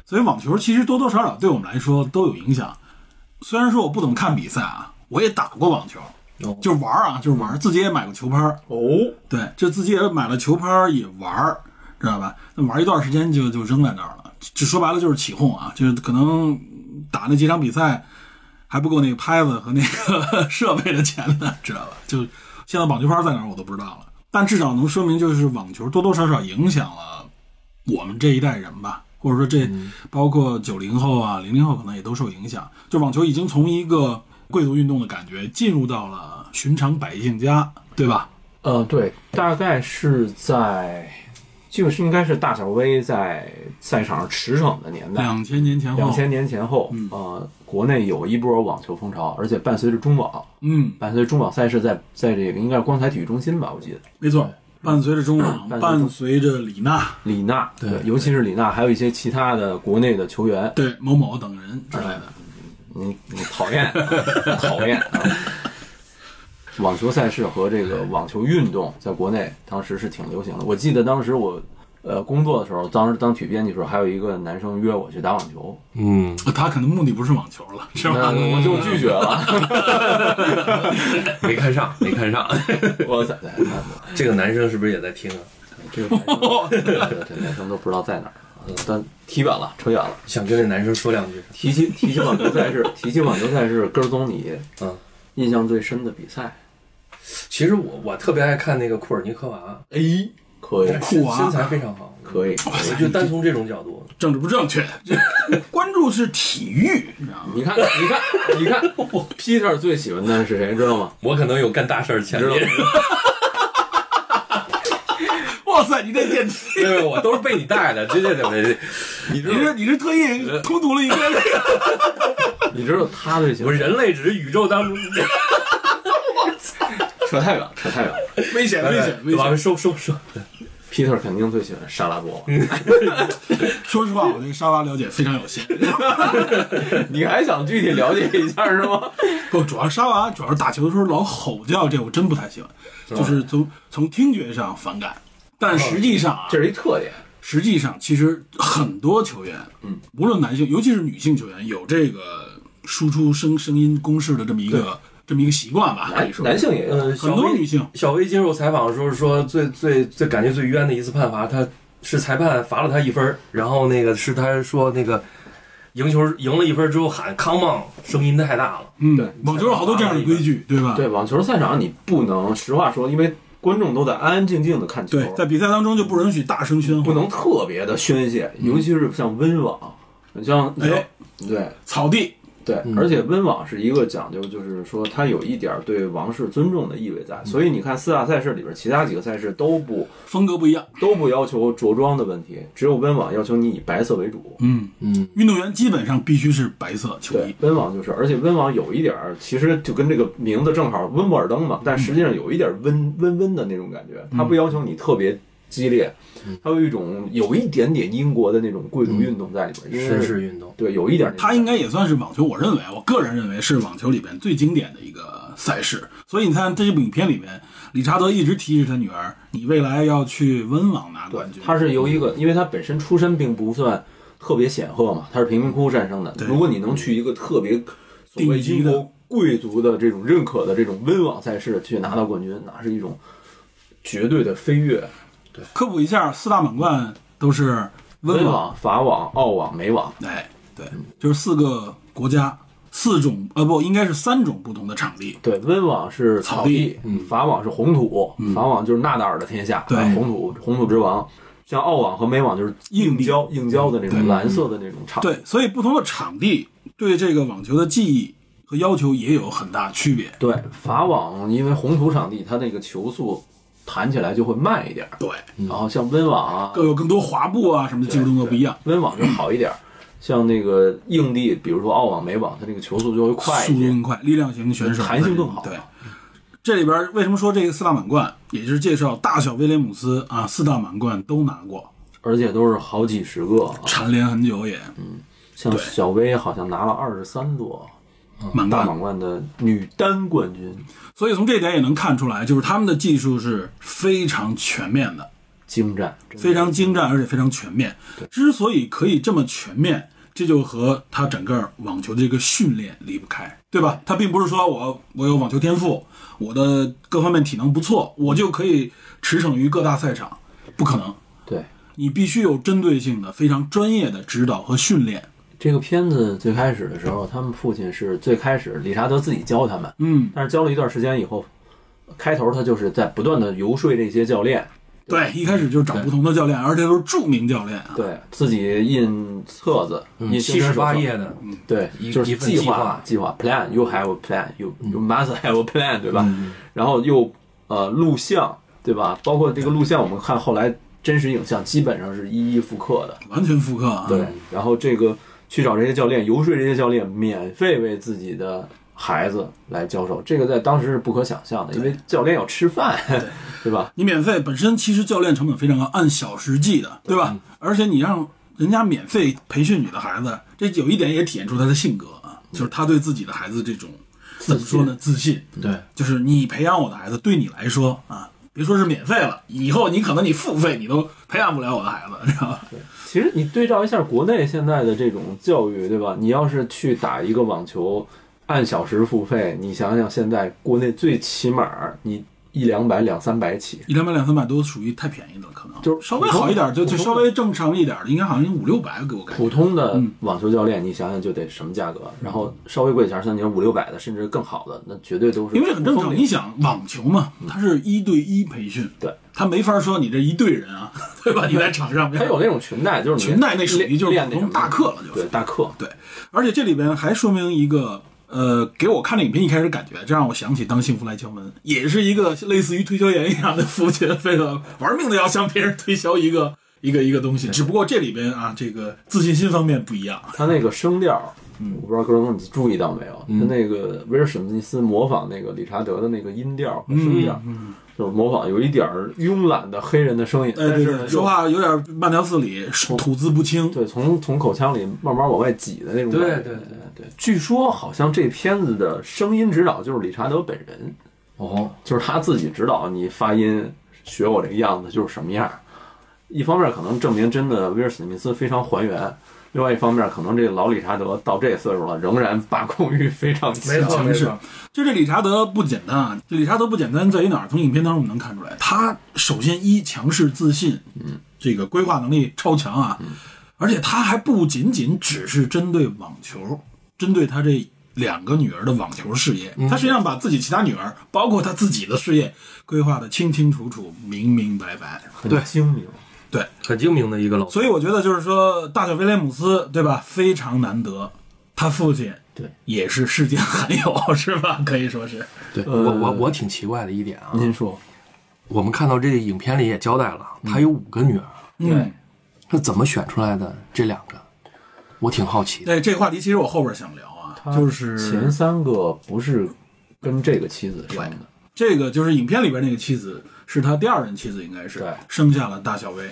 Speaker 2: 所以网球其实多多少少对我们来说都有影响。虽然说我不怎么看比赛啊，我也打过网球，
Speaker 1: 哦
Speaker 2: 就是玩儿啊，就是玩儿，自己也买过球拍儿，
Speaker 3: 哦，
Speaker 2: 对，就自己也买了球拍儿也玩儿，知道吧？那玩儿一段时间就就扔在那儿了，就说白了就是起哄啊，就是可能打那几场比赛还不够那个拍子和那个 设备的钱呢，知道吧？就现在网球拍儿在哪儿我都不知道了，但至少能说明就是网球多多少少影响了我们这一代人吧，或者说这包括九零后啊、零零后可能也都受影响。就网球已经从一个贵族运动的感觉进入到了寻常百姓家，对吧？
Speaker 3: 呃，对，大概是在，就是应该是大小威在赛场上驰骋的年代，
Speaker 2: 两千年前后，嗯
Speaker 3: 两千年前后，呃，国内有一波网球风潮，而且伴随着中网，
Speaker 2: 嗯，
Speaker 3: 伴随着中网赛事在在这个应该是光彩体育中心吧，我记得
Speaker 2: 没错，伴随着中网，嗯
Speaker 3: 伴随着
Speaker 2: 伴随着李娜，
Speaker 3: 李娜，
Speaker 1: 对
Speaker 3: 尤其是李娜，还有一些其他的国内的球员，
Speaker 2: 对某某等人之类的，
Speaker 3: 你你讨厌，讨厌啊！网球赛事和这个网球运动在国内当时是挺流行的。我记得当时我呃工作的时候，当时当体育编辑的时候，还有一个男生约我去打网球，
Speaker 1: 嗯，
Speaker 2: 啊他可能目的不是网球了，是吧？
Speaker 3: 那我就拒绝了。
Speaker 1: 没看上，没看上。
Speaker 3: 我在在
Speaker 1: 这个男生是不是也在听啊？
Speaker 3: 这个男生这男生都不知道在哪儿，啊但提远了，扯远了。
Speaker 1: 想跟这男生说两句。
Speaker 3: 提起提起网球赛事，提起网球赛事，根儿总你
Speaker 1: 嗯
Speaker 3: 印象最深的比赛，
Speaker 1: 其实我我特别爱看那个库尔尼科娃，
Speaker 3: 哎，可以，
Speaker 2: 酷啊
Speaker 1: 身材非常好，
Speaker 3: 可以。
Speaker 1: 我就单从这种角度，
Speaker 2: 政治不正确， 这关注是体育，你知道吗？
Speaker 3: 你看，你看，你看，Peter 最喜欢的是谁？知道吗？
Speaker 1: 我可能有干大事儿前列。
Speaker 2: 哇塞，你这电梯，
Speaker 1: 因为我都是被你带的，这这这这，
Speaker 3: 你知
Speaker 2: 你
Speaker 3: 道，
Speaker 2: 这你这特意通读了一个，
Speaker 3: 你知道他最喜
Speaker 1: 我
Speaker 3: 欢
Speaker 1: 人类只是宇宙当中
Speaker 3: 扯太远，扯太远。
Speaker 2: 危险危险危
Speaker 1: 对吧？
Speaker 2: 险！
Speaker 1: 收收收，
Speaker 3: Peter 肯定最喜欢沙拉波娃，
Speaker 2: 说实话，我对沙拉了解非常有 限。
Speaker 3: 你还想具体了解一下是吗？
Speaker 2: 不，主要沙娃主要是打球的时候老吼叫，这我真不太喜欢，就是从从听觉上反感。但实际上啊，
Speaker 3: 这是一特点，
Speaker 2: 实际上其实很多球员，嗯，无论男性尤其是女性球员，有这个输出声声音公式的这么一个这么一个习惯吧，可
Speaker 3: 男
Speaker 2: 以说
Speaker 3: 哎男性也有。
Speaker 1: 呃，
Speaker 2: 很
Speaker 1: 小
Speaker 2: 多
Speaker 1: 薇
Speaker 2: 女性
Speaker 1: 小薇接受采访的时候说，最最最感觉最冤的一次判罚，他是裁判罚了他一分儿，然后那个是他说那个赢球赢了一分儿之后喊 “come on”，声音太大了。
Speaker 2: 嗯
Speaker 3: 对，
Speaker 2: 网球有好多这样的规矩，对吧？
Speaker 3: 对网球赛场，你不能实话说，因为观众都在安安静静的看球，
Speaker 2: 对，在比赛当中就不允许大声喧
Speaker 3: 不
Speaker 2: 哗。
Speaker 3: 能特别的宣泄，尤其是像温网，你像
Speaker 2: 嗯哎，
Speaker 3: 对
Speaker 2: 草地，
Speaker 3: 对，而且温网是一个讲究，就是说它有一点对王室尊重的意味
Speaker 2: 嗯
Speaker 3: 在，所以你看四大赛事里边，其他几个赛事都不
Speaker 2: 风格不一样。
Speaker 3: 都不要求着装的问题，只有温网要求你以白色为主。
Speaker 2: 嗯，
Speaker 1: 嗯，
Speaker 2: 运动员基本上必须是白色球
Speaker 3: 对
Speaker 2: 衣。，
Speaker 3: 温网就是，而且温网有一点儿，其实就跟这个名字正好温布尔登嘛，但实际上有一点儿温温温的那种感觉，它不要求你特别激烈，它有一种有一点点英国的那种贵族运动在里边，因
Speaker 1: 绅
Speaker 3: 为
Speaker 1: 士运动，
Speaker 3: 对有一点儿那种感觉，
Speaker 2: 它应该也算是网球，我认为，我个人认为是网球里边最经典的一个赛事。所以你看这部影片里面，理查德一直提示他女儿，你未来要去温网拿
Speaker 3: 对
Speaker 2: 冠军。，
Speaker 3: 它是由一个，因为它本身出身并不算特别显赫嘛，它是贫民窟诞生的。如果你能去一个特别所谓
Speaker 2: 顶级
Speaker 3: 英
Speaker 2: 的
Speaker 3: 国贵族的这种认可的这种温网赛事去拿到冠军，那是一种绝对的飞跃。
Speaker 2: 科普一下，四大满贯都是温
Speaker 3: 温
Speaker 2: 网，
Speaker 3: 网、法网、澳网、美网，
Speaker 2: 哎，对，就是四个国家，四种呃不，应该是三种不同的场地。
Speaker 3: 对，温网是
Speaker 2: 草
Speaker 3: 草地，嗯法网是红土，法网就是纳达尔的天下，
Speaker 2: 对
Speaker 3: 红土红土之王。像澳网和美网就是
Speaker 2: 硬
Speaker 3: 硬
Speaker 2: 地
Speaker 3: 胶硬胶的那种蓝色的那种场，
Speaker 2: 对，所以不同的场地对这个网球的技艺和要求也有很大区别。
Speaker 3: 对，法网因为红土场地，它那个球速弹起来就会慢一点儿，
Speaker 2: 对，
Speaker 3: 然后像温网啊，
Speaker 2: 更有更多滑步啊什么的技术动作不一样，
Speaker 3: 温网就好一点儿，像那个硬地，比如说澳网、美网，它那个球速就会快
Speaker 2: 速
Speaker 3: 一
Speaker 2: 度
Speaker 3: 些。
Speaker 2: 更快，力量型的选手
Speaker 3: 弹性更好啊
Speaker 2: 对，这里边为什么说这个四大满贯，也就是介绍大小威廉姆斯啊，四大满贯都拿过，
Speaker 3: 而且都是好几十个啊，
Speaker 2: 蝉联很久也
Speaker 3: 嗯像小威好像拿了二十三座
Speaker 2: 满
Speaker 3: 大
Speaker 2: 贯。
Speaker 3: 满贯的女单冠军，
Speaker 2: 所以从这点也能看出来，就是他们的技术是非常全面的。
Speaker 3: 精湛，真的
Speaker 2: 非常精湛，而且非常全面。之所以可以这么全面，这就和他整个网球的这个训练离不开，对吧？他并不是说我我有网球天赋，我的各方面体能不错，我就可以驰骋于各大赛场，不可能。
Speaker 3: 对。
Speaker 2: 你必须有针对性的、非常专业的指导和训练。
Speaker 3: 这个片子最开始的时候，他们父亲是最开始理查德自己教他们，
Speaker 2: 嗯，
Speaker 3: 但是教了一段时间以后，开头他就是在不断的游说这些教练，
Speaker 2: 对，一开始就找不同的教练，而且都是著名教练啊。
Speaker 3: 对自己印册子，印
Speaker 1: 嗯七
Speaker 3: 宣
Speaker 1: 十
Speaker 3: 传手册
Speaker 1: 八页的，
Speaker 3: 对
Speaker 1: 一，
Speaker 3: 就
Speaker 1: 一
Speaker 3: 是
Speaker 1: 份
Speaker 3: 计
Speaker 1: 计划嗯
Speaker 3: 计划 plan you have a plan you you must have a plan 对吧？然后又呃录像对吧？包括这个录像，我们看后来真实影像基本上是一一复刻的，
Speaker 2: 完全复刻啊！
Speaker 3: 对。然后这个去找这些教练，游说这些教练免费为自己的孩子来教授，这个在当时是不可想象的，因为教练要吃饭， 对吧？
Speaker 2: 你免费本身其实教练成本非常高，按小时计的，对吧？而且你让人家免费培训你的孩子，这有一点也体现出他的性格啊，就是他对自己的孩子这种怎么说呢？自信，
Speaker 1: 对，
Speaker 2: 就是你培养我的孩子，对你来说啊，别说是免费了，以后你可能你付费你都培养不了我的孩子，知道吧？
Speaker 3: 其实你对照一下国内现在的这种教育，对吧？你要是去打一个网球，按小时付费，你想想现在国内最起码你一两百、两三百起，
Speaker 2: 一两百两三百都属于太便宜了，可能
Speaker 3: 就是
Speaker 2: 稍微好一点，就就
Speaker 3: 普通
Speaker 2: 稍微正常一点的，应该好像五六百给我感觉。
Speaker 3: 普通的
Speaker 2: 嗯
Speaker 3: 网球教练，你想想就得什么价格？然后稍微贵一点，像你说五六百的，甚至更好的，那绝对都是
Speaker 2: 因为这很正常，
Speaker 3: 疯
Speaker 2: 你
Speaker 3: 的
Speaker 2: 想网球嘛，它是一对一培训，
Speaker 3: 嗯对，
Speaker 2: 他没法说你这一队人啊， 对吧？你在场上
Speaker 3: 他有那种裙带，就是你
Speaker 2: 裙带那属于就是
Speaker 3: 练
Speaker 2: 普
Speaker 3: 那
Speaker 2: 通
Speaker 3: 种
Speaker 2: 大课了，就是
Speaker 3: 对大课。
Speaker 2: 对。而且这里边还说明一个，呃，给我看这影片一开始感觉，这让我想起《当幸福来敲门》，也是一个类似于推销员一样的父亲，非得玩命的要向别人推销一个一个一个东西。只不过这里边啊，这个自信心方面不一样，
Speaker 3: 他那个声调
Speaker 4: 嗯
Speaker 3: 我不知道格罗梦你注意到没有，
Speaker 2: 嗯
Speaker 3: 他那个威尔史密斯模仿那个理查德的那个音调和
Speaker 2: 嗯
Speaker 3: 声调，就是模仿有一点儿慵懒的黑人的声音，
Speaker 2: 哎，
Speaker 3: 但
Speaker 2: 对对，
Speaker 3: 是呢
Speaker 2: 说
Speaker 3: 又
Speaker 2: 话有点慢条斯理，吐字不清。
Speaker 3: 对，从从口腔里慢慢往外挤的那种感
Speaker 1: 对
Speaker 3: 觉。
Speaker 1: 对对
Speaker 3: 对。据说好像这片子的声音指导就是理查德本人，
Speaker 1: 哦，
Speaker 3: 就是他自己指导你发音，学我这个样子就是什么样儿。一方面可能证明真的威尔史密斯非常还原，另外一方面可能这老理查德到这岁数了，仍然把控欲非常强。
Speaker 4: 没错
Speaker 2: 强
Speaker 4: 没
Speaker 2: 势
Speaker 4: 错，
Speaker 2: 就这理查德不简单啊！这理查德不简单在于哪儿？从影片当中我们能看出来，他首先一强势自信，嗯，这个规划能力超强啊，而且他还不仅仅只是针对网球，针对他这两个女儿的网球事业，他实际上把自己其他女儿，包括他自己的事业，规划的清清楚楚、明明白白。
Speaker 3: 很精明。
Speaker 1: 很精明的一个老，
Speaker 2: 所以我觉得就是说，大卫威廉姆斯对吧，非常难得，他父亲
Speaker 3: 对
Speaker 2: 也是世间罕有，是吧？可以说是。
Speaker 1: 对我
Speaker 3: 呃
Speaker 1: 我我挺奇怪的一点啊，
Speaker 3: 您说，
Speaker 1: 我们看到这个影片里也交代了，他有五个女儿，
Speaker 2: 嗯，
Speaker 1: 他怎么选出来的这两个？我挺好奇的。
Speaker 2: 哎对这话题，其实我后边想聊啊，就是
Speaker 3: 前三个不是跟这个妻子生的，
Speaker 2: 这个就是影片里边那个妻子是他第二任妻子，应该是
Speaker 3: 对
Speaker 2: 生下了大小薇，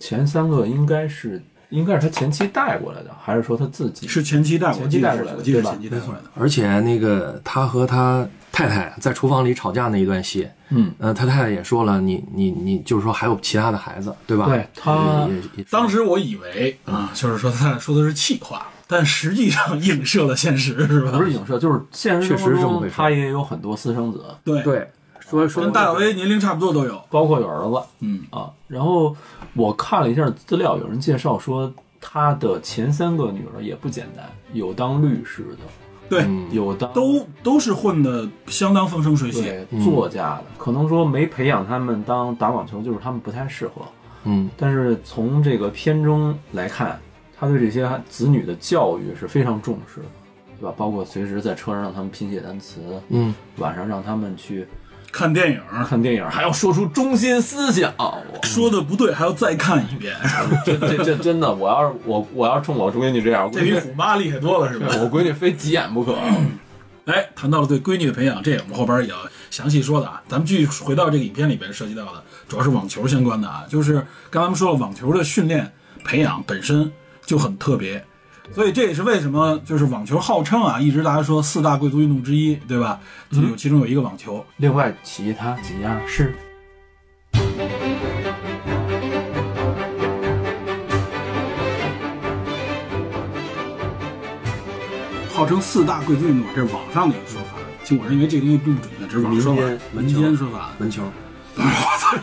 Speaker 3: 前三个应该是应该是他前妻带过来的，还是说他自己？
Speaker 2: 是前妻带过来，
Speaker 3: 前妻带过来的
Speaker 2: 我记得是
Speaker 3: 对吧嗯
Speaker 2: 前妻带过来的。
Speaker 1: 而且那个他和他太太在厨房里吵架那一段戏，
Speaker 3: 嗯，
Speaker 1: 呃，他太太也说了，你你你就是说还有其他的孩子，对吧？
Speaker 3: 对啊他
Speaker 1: 也也也
Speaker 2: 当时我以为啊，就是说他说的是气话，但实际上 映射了现实，是吧？
Speaker 3: 不是影射，就是现实
Speaker 1: 确实是
Speaker 3: 生活
Speaker 1: 这么
Speaker 3: 中
Speaker 1: 回事
Speaker 3: 他也有很多私生子，
Speaker 2: 对，
Speaker 1: 对说说
Speaker 2: 跟大小薇年龄差不多都有。
Speaker 3: 包括有儿子
Speaker 2: 嗯，
Speaker 3: 啊。然后我看了一下资料，有人介绍说他的前三个女儿也不简单，有当律师的，
Speaker 2: 对，
Speaker 1: 嗯
Speaker 3: 有当
Speaker 2: 都都是混的相当风生水起。
Speaker 3: 对
Speaker 1: 嗯
Speaker 3: 作家的，可能说没培养他们当打网球，就是他们不太适合。
Speaker 1: 嗯
Speaker 3: 但是从这个片中来看，他对这些子女的教育是非常重视的，对吧？包括随时在车上让他们拼写单词，
Speaker 1: 嗯，
Speaker 3: 晚上让他们去
Speaker 2: 看电影
Speaker 3: 看电影，还要说出中心 思想。哇
Speaker 2: 说的不对，还要再看一遍，
Speaker 3: 这这这真的，我要是我我要冲我闺女这样，我
Speaker 2: 这
Speaker 3: 闺
Speaker 2: 比
Speaker 3: 女
Speaker 2: 虎妈厉害多了，是吧？
Speaker 3: 我闺女非急眼不可。
Speaker 2: 哎，谈到了对闺女的培养，这也我们后边也要详细说的啊。咱们继续回到这个影片里边涉及到的，主要是网球相关的啊，就是刚才我们说了，网球的训练培养本身就很特别，所以这也是为什么就是网球号称啊，一直大家说四大贵族运动之一，对吧？就有其中有一个网球，
Speaker 3: 另外，其他几样是
Speaker 2: 号称四大贵族运动，这是网上的一个说法。其实我认为这个东西并不准确，只是网上说法
Speaker 1: 民间，
Speaker 2: 民间说法。
Speaker 1: 文球，
Speaker 2: 我操，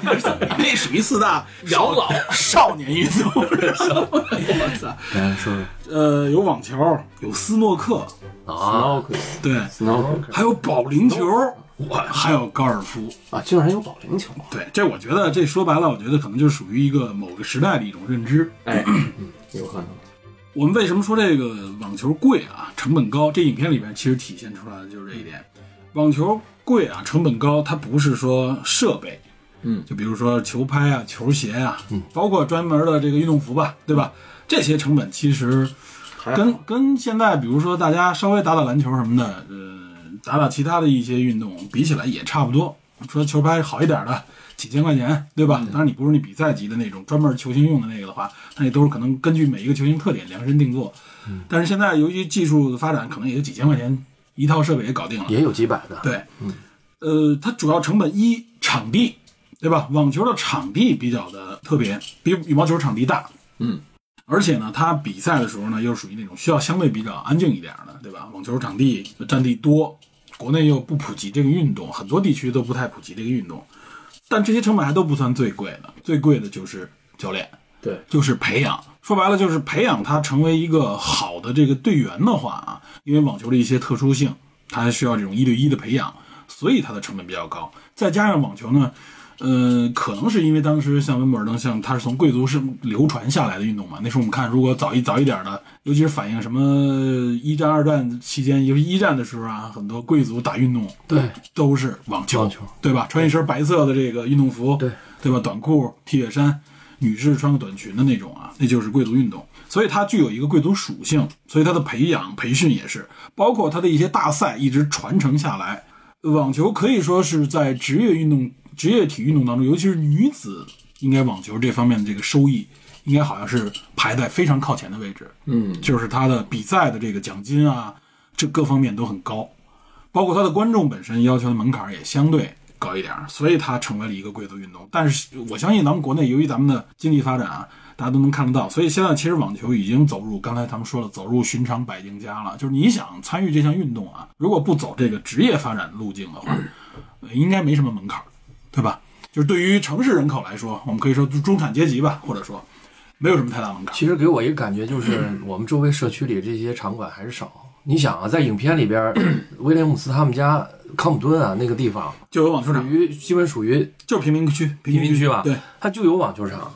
Speaker 2: 那属于四大养老 少年运动，我操。
Speaker 1: 来说说
Speaker 2: 呃，有网球，有斯诺克，
Speaker 1: 啊，
Speaker 3: snorkel
Speaker 2: 对，
Speaker 3: snorkel
Speaker 2: 还有保龄球，我还有高尔夫。
Speaker 3: 啊，竟然有保龄球。
Speaker 2: 对，这我觉得这说白了，我觉得可能就属于一个某个时代的一种认知。
Speaker 3: 哎，嗯有可能。
Speaker 2: 我们为什么说这个网球贵啊，成本高？这影片里边其实体现出来的就是这一点。
Speaker 3: 嗯
Speaker 2: 网球贵啊，成本高，它不是说设备，
Speaker 3: 嗯
Speaker 2: 就比如说球拍啊、球鞋啊，嗯，包括专门的这个运动服吧，对吧？这些成本其实
Speaker 3: 还
Speaker 2: 跟跟现在比如说大家稍微打打篮球什么的，呃，打打其他的一些运动比起来也差不多。说球拍好一点的，几千块钱，对
Speaker 1: 嗯
Speaker 2: 吧？当然你不是那比赛级的那种专门球星用的那个的话，那也都是可能根据每一个球星特点量身定做。
Speaker 1: 嗯
Speaker 2: 但是现在由于技术的发展，可能也就几千块钱一套设备也搞定了。
Speaker 1: 也有几百的，嗯
Speaker 2: 对，呃，它主要成本一场地，对吧？网球的场地比较的特别，比羽毛球场地大，
Speaker 3: 嗯，
Speaker 2: 而且呢，它比赛的时候呢，又属于那种需要相对比较安静一点的，对吧？网球场地占地多，国内又不普及这个运动，很多地区都不太普及这个运动，但这些成本还都不算最贵的，最贵的就是教练，
Speaker 3: 对，
Speaker 2: 就是培养。说白了就是培养他成为一个好的这个队员的话啊，因为网球的一些特殊性，他还需要这种一对一的培养，所以它的成本比较高。再加上网球呢，呃，可能是因为当时像温布尔登，像它是从贵族是流传下来的运动嘛。那时候我们看，如果早一早一点的，尤其是反映什么一战、二战期间，尤其一战的时候啊，很多贵族打运动
Speaker 1: 对，
Speaker 2: 都是网球，
Speaker 1: 网球
Speaker 2: 对吧？穿一身白色的这个运动服，
Speaker 1: 对
Speaker 2: 对吧？短裤、T 恤衫，女士穿个短裙的那种啊，那就是贵族运动。所以它具有一个贵族属性，所以它的培养、培训也是，包括它的一些大赛一直传承下来。网球可以说是在职业运动、职业体育运动当中，尤其是女子，应该网球这方面的这个收益，应该好像是排在非常靠前的位置。
Speaker 3: 嗯，
Speaker 2: 就是它的比赛的这个奖金啊，这各方面都很高，包括它的观众本身要求的门槛也相对高一点儿，所以它成为了一个贵族运动。但是我相信咱们国内由于咱们的经济发展啊，大家都能看得到，所以现在其实网球已经走入刚才咱们说了，走入寻常百姓家了。就是你想参与这项运动啊，如果不走这个职业发展路径的话，呃应该没什么门槛儿，对吧？就是对于城市人口来说，我们可以说中产阶级吧，或者说没有什么太大门槛儿。
Speaker 1: 其实给我一个感觉就是，我们周围社区里这些场馆还是少。你想啊，在影片里边儿，威廉姆斯他们家康普顿啊那个地方，
Speaker 2: 就有网球
Speaker 1: 属
Speaker 2: 场，
Speaker 1: 于基本属于
Speaker 2: 就是贫民区，贫
Speaker 1: 贫民区吧？
Speaker 2: 对，，
Speaker 1: 它就有网球场。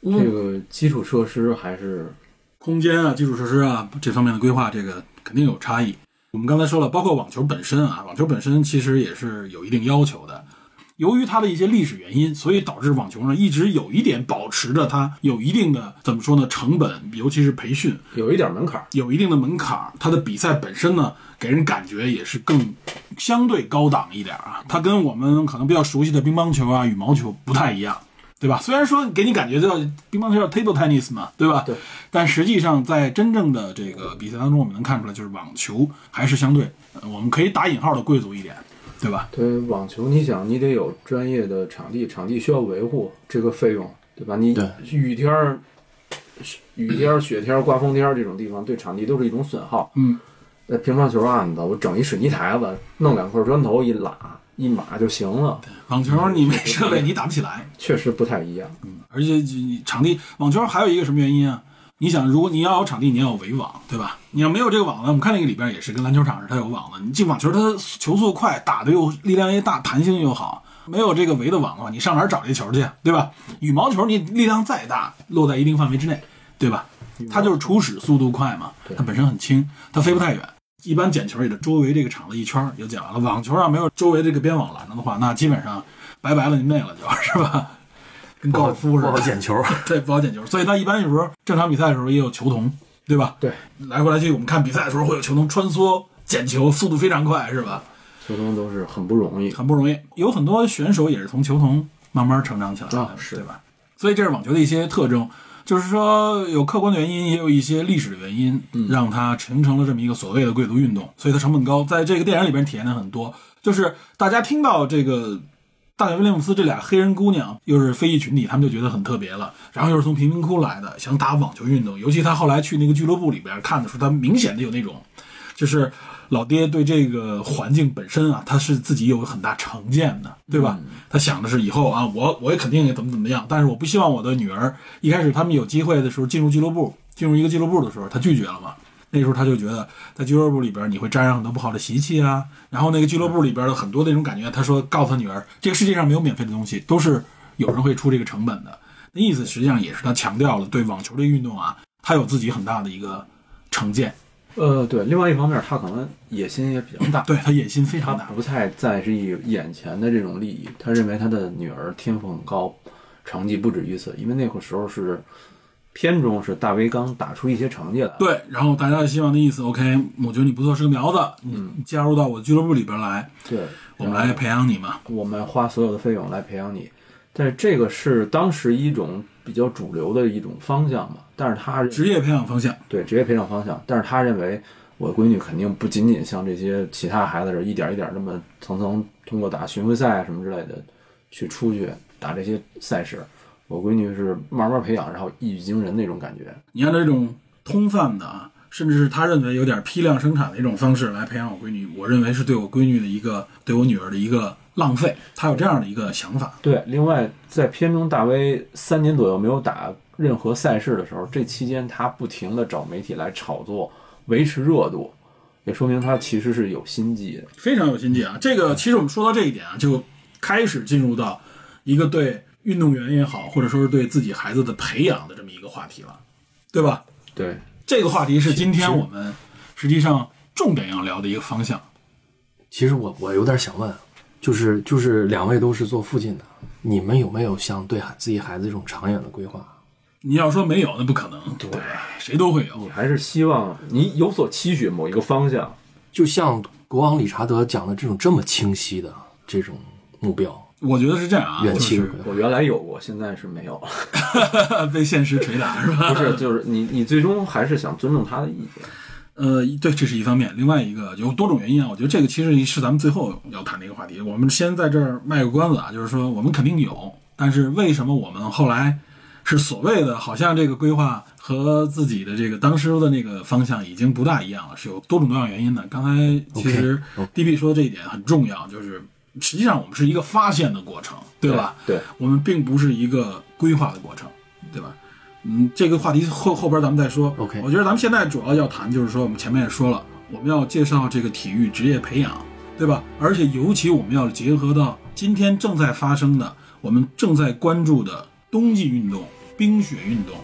Speaker 3: 这个基础设施还是
Speaker 2: 空间啊、基础设施啊这方面的规划，这个肯定有差异。我们刚才说了，包括网球本身啊，网球本身其实也是有一定要求的。由于它的一些历史原因，所以导致网球呢一直有一点保持着它有一定的怎么说呢成本，尤其是培训
Speaker 3: 有一点门槛儿。
Speaker 2: 有一定的门槛儿。它的比赛本身呢，给人感觉也是更相对高档一点儿啊。它跟我们可能比较熟悉的乒乓球啊、羽毛球不太一样，对吧？虽然说给你感觉叫乒乓球叫 table tennis 嘛，对吧？
Speaker 3: 对。
Speaker 2: 但实际上，在真正的这个比赛当中，我们能看出来，就是网球还是相对，呃我们可以打引号的贵族一点，对吧？
Speaker 3: 对网球，你想，你得有专业的场地，场地需要维护，这个费用，对吧？你
Speaker 1: 对
Speaker 3: 雨天儿、雨天儿、雪天儿、刮风天儿这种地方，对场地都是一种损耗。
Speaker 2: 嗯，
Speaker 3: 那乒乓球案子，我整一水泥台子，弄两块砖头一拉一码就行了，
Speaker 2: 网球你没设备你打不起来，
Speaker 3: 确实不太一样。
Speaker 2: 而且你场地网球还有一个什么原因啊？你想，如果你要有场地，你要有围网，对吧？你要没有这个网呢，我们看那个里边也是跟篮球场似的，它有网的。你进网球，它球速快，打的又力量又大，弹性又好。没有这个围的网的话，你上哪儿找这球去，对吧？羽毛球你力量再大，落在一定范围之内，对吧？它就是初始速度快嘛，它本身很轻，它飞不太远。一般捡球也就周围这个场子一圈儿就捡完了。网球要、没有周围这个边网拦着的话，那基本上拜拜了，您那了就，是吧？跟高尔夫似
Speaker 1: 不好
Speaker 2: 的，
Speaker 1: 捡球。
Speaker 2: 对，不好捡球，所以他一般有时候正常比赛的时候也有球童，对吧？
Speaker 3: 对，
Speaker 2: 来回来去，我们看比赛的时候会有球童穿梭捡球，速度非常快，是吧？
Speaker 3: 球童都是很不容易。
Speaker 2: 很不容易。有很多选手也是从球童慢慢成长起来的，
Speaker 3: 啊是
Speaker 2: 对吧？所以这是网球的一些特征，就是说有客观的原因，也有一些历史的原因，
Speaker 3: 嗯
Speaker 2: 让它形成了这么一个所谓的贵族运动，所以它成本高。在这个电影里边体验的很多，就是大家听到这个。大卫·威廉姆斯这俩黑人姑娘又是非裔群体，他们就觉得很特别了。然后又是从贫民窟来的，想打网球运动，尤其他后来去那个俱乐部里边看的时候，他明显的有那种就是老爹对这个环境本身啊，他是自己有很大成见的，对吧？他想的是以后啊，我我也肯定也怎么怎么样，但是我不希望我的女儿一开始他们有机会的时候进入俱乐部，进入一个俱乐部的时候，他拒绝了嘛。那时候他就觉得，在俱乐部里边你会沾染很多不好的习气啊，然后那个俱乐部里边的很多那种感觉，他说告诉他女儿，这个世界上没有免费的东西，都是有人会出这个成本的。那意思实际上也是他强调了对网球这个运动啊，他有自己很大的一个成见，
Speaker 3: 呃，对，另外一方面，他可能野心也比较大，嗯
Speaker 2: 对他野心非
Speaker 3: 他
Speaker 2: 常大。
Speaker 3: 不太在意眼前的这种利益，他认为他的女儿天赋很高，成绩不止于此。因为那个时候是片中是大卫刚打出一些成绩来，
Speaker 2: 对，然后大家希望的意思，OK，我觉得你不错，是个苗子，你加入到我俱乐部里边来，
Speaker 3: 对，
Speaker 2: 我们来培养你嘛。
Speaker 3: 我们花所有的费用来培养你。但是这个是当时一种比较主流的一种方向嘛，但是他认
Speaker 2: 职业培养方向，
Speaker 3: 对职业培养方向，但是他认为我闺女肯定不仅仅像这些其他孩子似的，一点一点这么层层通过打巡回赛什么之类的去出去打这些赛事，我闺女是慢慢培养，然后一语惊人那种感觉。
Speaker 2: 你按照这种通贩的啊，甚至是他认为有点批量生产的一种方式来培养我闺女，我认为是对我闺女的一个，对我女儿的一个浪费。他有这样的一个想法，
Speaker 3: 对，另外在片中大威三年左右没有打任何赛事的时候，这期间他不停的找媒体来炒作，维持热度，也说明他其实是有心计的。
Speaker 2: 非常有心计啊。这个其实我们说到这一点啊，就开始进入到一个对运动员也好，或者说是对自己孩子的培养的这么一个话题了，对吧？
Speaker 3: 对，
Speaker 2: 这个话题是今天我们实际上重点要聊的一个方向。
Speaker 1: 其实我我有点想问，啊就是就是两位都是做父亲的，你们有没有像对孩自己孩子这种长远的规划？
Speaker 2: 你要说没有，那不可能，对谁都会有。
Speaker 3: 你还是希望你有所期许某一个方向，
Speaker 1: 就像国王理查德讲的这种这么清晰的这种目标，
Speaker 2: 我觉得是这样啊，
Speaker 1: 远
Speaker 2: 就
Speaker 1: 期的
Speaker 2: 是
Speaker 1: 目标。
Speaker 3: 我原来有过，现在是没有了。
Speaker 2: 被现实捶打是吧？
Speaker 3: 不是，就是你你最终还是想尊重他的意见。
Speaker 2: 呃，对，这是一方面，另外一个有多种原因啊。我觉得这个其实是咱们最后要谈的一个话题。我们先在这儿卖个关子啊，就是说我们肯定有，但是为什么我们后来是所谓的好像这个规划和自己的这个当时的那个方向已经不大一样了，是有多种多样原因的。刚才其实 D B 说的这一点很重要，就是实际上我们是一个发现的过程，对吧？
Speaker 3: 对，
Speaker 2: 我们并不是一个规划的过程，对吧？嗯，这个话题后后边咱们再说。
Speaker 1: OK
Speaker 2: 我觉得咱们现在主要要谈就是说，我们前面也说了，我们要介绍这个体育职业培养，对吧？而且尤其我们要结合到今天正在发生的，我们正在关注的冬季运动、冰雪运动，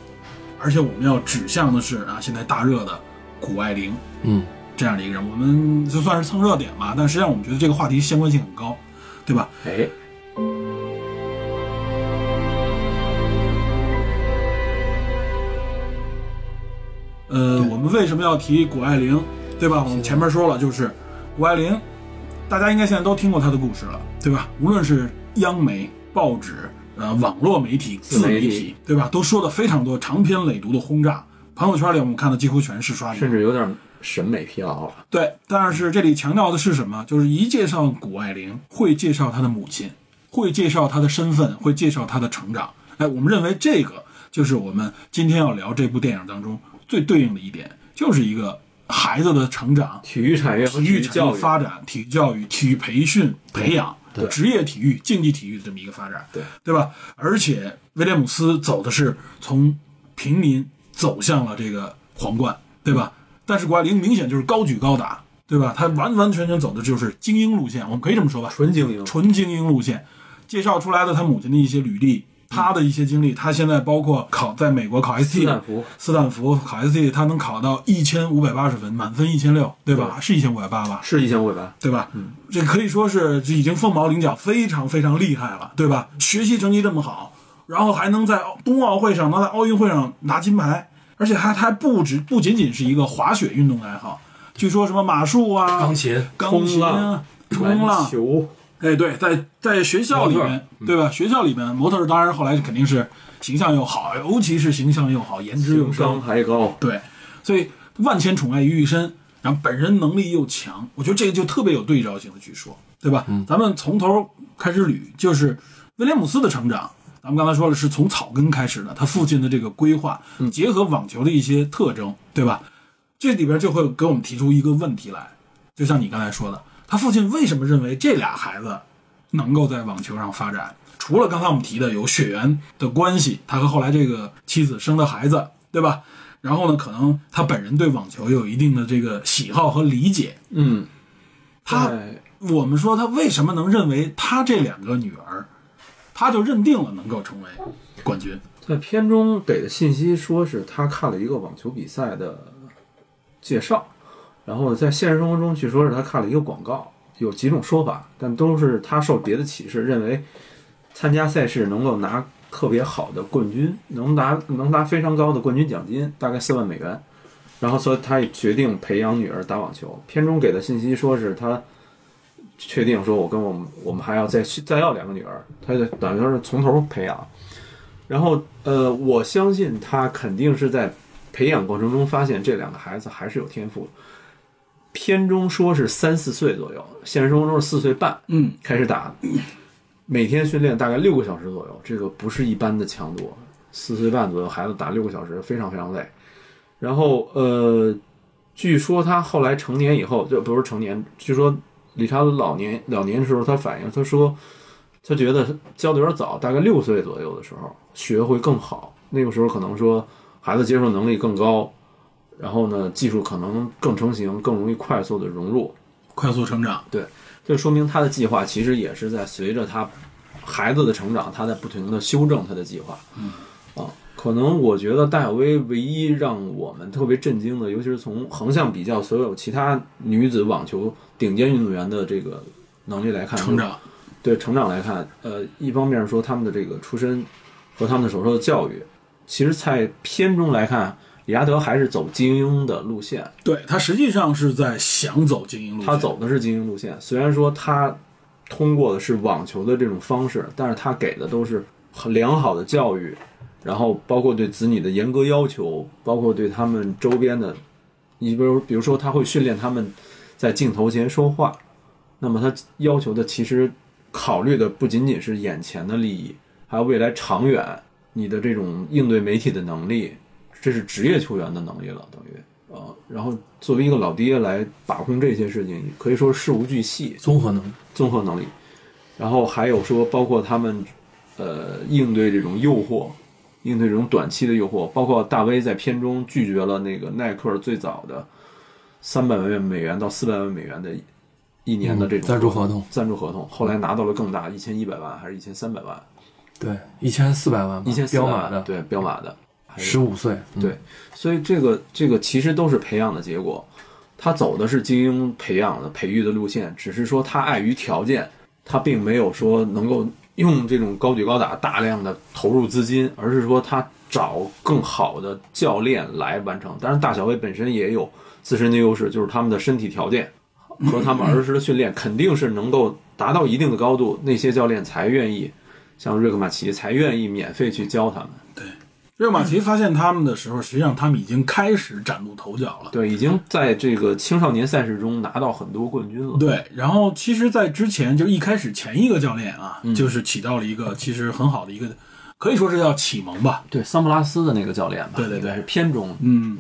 Speaker 2: 而且我们要指向的是啊，现在大热的谷爱凌
Speaker 1: 嗯，
Speaker 2: 这样的一个人，我们就算是蹭热点吧，但实际上我们觉得这个话题相关性很高，对吧？
Speaker 3: 哎，
Speaker 2: 呃，我们为什么要提谷爱凌，对吧？我们前面说了，就是谷爱凌，大家应该现在都听过她的故事了，对吧？无论是央媒、报纸、呃网络媒体、自媒
Speaker 3: 自媒
Speaker 2: 体
Speaker 3: 体，
Speaker 2: 对吧？都说的非常多，长篇累牍的轰炸，朋友圈里我们看到几乎全是刷屏
Speaker 3: 甚。至有点审美疲劳了。
Speaker 2: 对，但是这里强调的是什么？就是一介绍谷爱凌，会介绍她的母亲，会介绍她的身份，会介绍她的成长。哎，我们认为这个就是我们今天要聊这部电影当中最对应的一点，就是一个孩子的成长、
Speaker 3: 体育产业和
Speaker 2: 体育产业
Speaker 3: 教育，
Speaker 2: 发展、体育教育、体育培训培养、职业体育、竞技体育的这么一个发展，
Speaker 3: 对
Speaker 2: 对吧？而且威廉姆斯走的是从平民走向了这个皇冠，对吧？但是谷爱凌明显就是高举高打，对吧？他完完全全走的就是精英路线，我们可以这么说吧，
Speaker 3: 纯精英，
Speaker 2: 纯精英路线。介绍出来的他母亲的一些履历，他的一些经历，他现在包括考在美国考 ST，
Speaker 3: 斯坦福
Speaker 2: 斯坦福考 ST，他能考到一千五百八十分，满分一千六，对吧？是一千五百八吧？
Speaker 3: 是一千五百万。
Speaker 2: 对吧？这可以说是这已经凤毛麟角，非常非常厉害了，对吧？学习成绩这么好，然后还能在冬奥会上、能在奥运会上拿金牌，而且还还不止不仅仅是一个滑雪运动爱好，据说什么马术啊、
Speaker 1: 钢琴、
Speaker 2: 钢琴啊、冲浪
Speaker 3: 篮，球
Speaker 2: 哎，对，在在学校里
Speaker 1: 模特
Speaker 2: 面，对吧？学校里面，模特儿当然后来肯定是形象又好，尤其是形象又好，颜值又
Speaker 3: 情
Speaker 2: 高
Speaker 3: 商，还高，
Speaker 2: 对，所以万千宠爱于一身，然后本人能力又强，我觉得这个就特别有对照性的去说，对吧？咱们从头开始捋，就是威廉姆斯的成长。咱们刚才说了，是从草根开始的，他父亲的这个规划，结合网球的一些特征，对吧？这里边就会给我们提出一个问题来，就像你刚才说的，他父亲为什么认为这俩孩子能够在网球上发展？除了刚才我们提的有血缘的关系，他和后来这个妻子生的孩子，对吧？然后呢，可能他本人对网球又有一定的这个喜好和理解。
Speaker 3: 嗯，
Speaker 2: 他，
Speaker 3: 哎
Speaker 2: 我们说他为什么能认为他这两个女儿，他就认定了能够成为冠军？
Speaker 3: 在片中给的信息说是他看了一个网球比赛的介绍，然后在现实生活中据说是他看了一个广告，有几种说法，但都是他受别的启示，认为参加赛事能够拿特别好的冠军，能拿能拿非常高的冠军奖金，大概四万美元。然后所以他也决定培养女儿打网球。片中给的信息说是他确定说，我跟我们我们还要再去再要两个女儿，他就等于说是从头培养。然后呃，我相信他肯定是在培养过程中发现这两个孩子还是有天赋。片中说是三四岁左右，现实生活中是四岁半
Speaker 2: 嗯，
Speaker 3: 开始打，每天训练大概六个小时左右，这个不是一般的强度。啊四岁半左右孩子打六个小时，非常非常累。然后呃，据说他后来成年以后，就不是成年，据说理查德老年老年的时候，他反映他说他觉得教的有点早，大概六岁左右的时候学会更好。那个时候可能说孩子接受能力更高，然后呢技术可能更成型，更容易快速的融入。
Speaker 2: 快速成长。
Speaker 3: 这说明他的计划其实也是在随着他孩子的成长，他在不停的修正他的计划。嗯，啊，可能我觉得戴维唯一让我们特别震惊的，尤其是从横向比较所有其他女子网球顶尖运动员的这个能力来看，
Speaker 2: 成长，
Speaker 3: 对成长来看，呃，一方面说他们的这个出身和他们的所受的教育，其实，在片中来看，李亚德还是走精英的路线，
Speaker 2: 对他实际上是在想走精英路线，
Speaker 3: 他走的是精英路线。虽然说他通过的是网球的这种方式，但是他给的都是很良好的教育，然后包括对子女的严格要求，包括对他们周边的，你比如比如说他会训练他们在镜头前说话，那么他要求的其实考虑的不仅仅是眼前的利益，还有未来长远你的这种应对媒体的能力，这是职业球员的能力了，等于。啊，然后作为一个老爹来把控这些事情，可以说事无巨细，
Speaker 1: 综合能力。
Speaker 3: 综合能力，然后还有说包括他们，呃，应对这种诱惑，应对这种短期的诱惑，包括大威在片中拒绝了那个耐克最早的三百万美元到四百万美元的一年的这种
Speaker 1: 嗯赞助合同
Speaker 3: 赞助合同，后来拿到了更大，一千一百万还是一千三百万，
Speaker 1: 对，一千四百万吧，
Speaker 3: 一千
Speaker 1: 彪马啊的，
Speaker 3: 对彪马的，
Speaker 1: 十五岁，嗯
Speaker 3: 对，所以这个这个其实都是培养的结果，他走的是精英培养的培育的路线，只是说他碍于条件，他并没有说能够用这种高举高打大量的投入资金，而是说他找更好的教练来完成。当然，大小威本身也有自身的优势，就是他们的身体条件和他们儿时的训练肯定是能够达到一定的高度，那些教练才愿意。像瑞克马奇才愿意免费去教他们，
Speaker 2: 热玛奇发现他们的时候，实际上他们已经开始崭露头角了。
Speaker 3: 对，已经在这个青少年赛事中拿到很多冠军了。
Speaker 2: 对，然后其实，在之前就一开始前一个教练啊，就是起到了一个其实很好的一个，可以说是叫启蒙吧。
Speaker 3: 对，桑普拉斯的那个教练吧，
Speaker 2: 对对对
Speaker 3: 应该是片中，
Speaker 2: 嗯，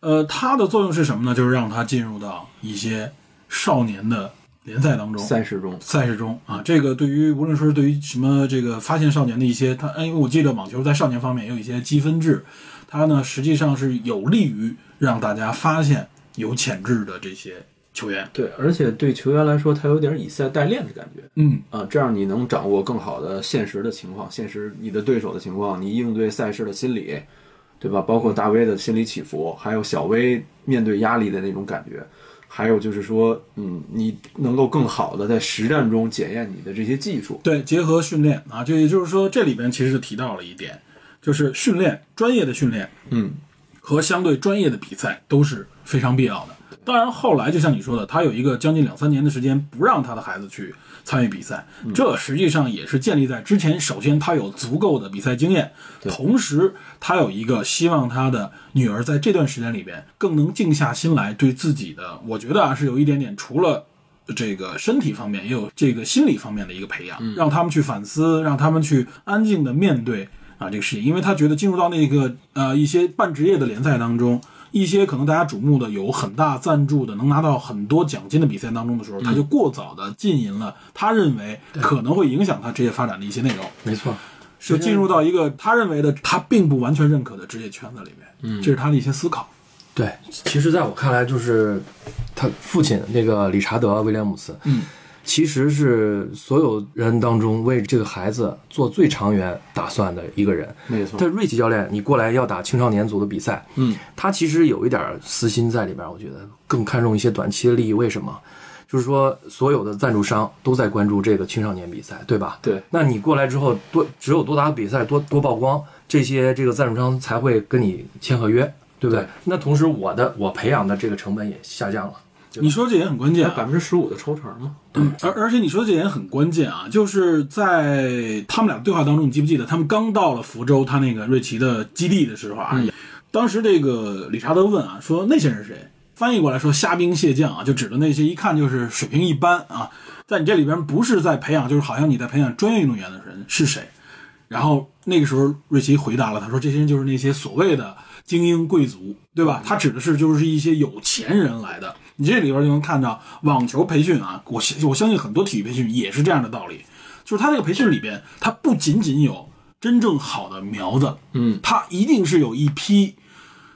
Speaker 2: 呃，它的作用是什么呢？就是让他进入到一些少年的联赛当中，
Speaker 3: 赛事中，
Speaker 2: 赛事中啊，这个对于无论说是对于什么这个发现少年的一些，他哎，我记得网球在少年方面也有一些积分制，它呢实际上是有利于让大家发现有潜质的这些球员。
Speaker 3: 对，而且对球员来说，他有点以赛代练的感觉
Speaker 2: 嗯，
Speaker 3: 啊，这样你能掌握更好的现实的情况，现实你的对手的情况，你应对赛事的心理，对吧？包括大威的心理起伏，还有小威面对压力的那种感觉，还有就是说，嗯，你能够更好的在实战中检验你的这些技术。
Speaker 2: 对，结合训练啊，这也就是说这里边其实就提到了一点，就是训练专业的训练
Speaker 3: 嗯，
Speaker 2: 和相对专业的比赛都是非常必要的。当然，后来就像你说的，他有一个将近两三年的时间不让他的孩子去参与比赛，
Speaker 3: 嗯
Speaker 2: 这实际上也是建立在之前，首先他有足够的比赛经验，同时他有一个希望他的女儿在这段时间里边更能静下心来，对自己的，我觉得啊是有一点点除了。这个身体方面也有这个心理方面的一个培养，让他们去反思，让他们去安静的面对啊这个事情，因为他觉得进入到那个呃一些半职业的联赛当中，一些可能大家瞩目的有很大赞助的，能拿到很多奖金的比赛当中的时候，他就过早的浸淫了他认为可能会影响他职业发展的一些内容，
Speaker 1: 没错，
Speaker 2: 就进入到一个他认为的他并不完全认可的职业圈子里面，嗯，这是他的一些思考。
Speaker 1: 对。其实，在我看来，就是他父亲那个理查德·威廉姆斯，
Speaker 2: 嗯，
Speaker 1: 其实是所有人当中为这个孩子做最长远打算的一个人。
Speaker 3: 没错，
Speaker 1: 但瑞奇教练，你过来要打青少年组的比赛，
Speaker 3: 嗯，
Speaker 1: 他其实有一点儿私心在里边儿，我觉得更看重一些短期的利益。为什么？就是说，所有的赞助商都在关注这个青少年比赛，对吧？
Speaker 3: 对
Speaker 1: 那你过来之后，多只有多打比赛，多多曝光，这些这个赞助商才会跟你签合约，对不对？
Speaker 3: 对
Speaker 1: 那同时，我的我培养的这个成本也下降了。
Speaker 2: 你说这也很关键、啊，
Speaker 3: 百分之十五的抽成嘛。
Speaker 2: 而而且你说的这点很关键啊，就是在他们俩的对话当中，你记不记得他们刚到了福州他那个瑞奇的基地的时候啊，
Speaker 3: 嗯
Speaker 2: 当时这个理查德问啊，说那些人是谁？翻译过来说虾兵蟹将啊，就指的那些一看就是水平一般啊，在你这里边不是在培养，就是好像你在培养专业运动员的人是谁？然后那个时候，瑞奇回答了，他说：“这些人就是那些所谓的精英贵族，对吧？他指的是就是一些有钱人来的。你这里边就能看到网球培训啊，我相我相信很多体育培训也是这样的道理，就是他这个培训里边，他不仅仅有真正好的苗子，
Speaker 3: 嗯，
Speaker 2: 他一定是有一批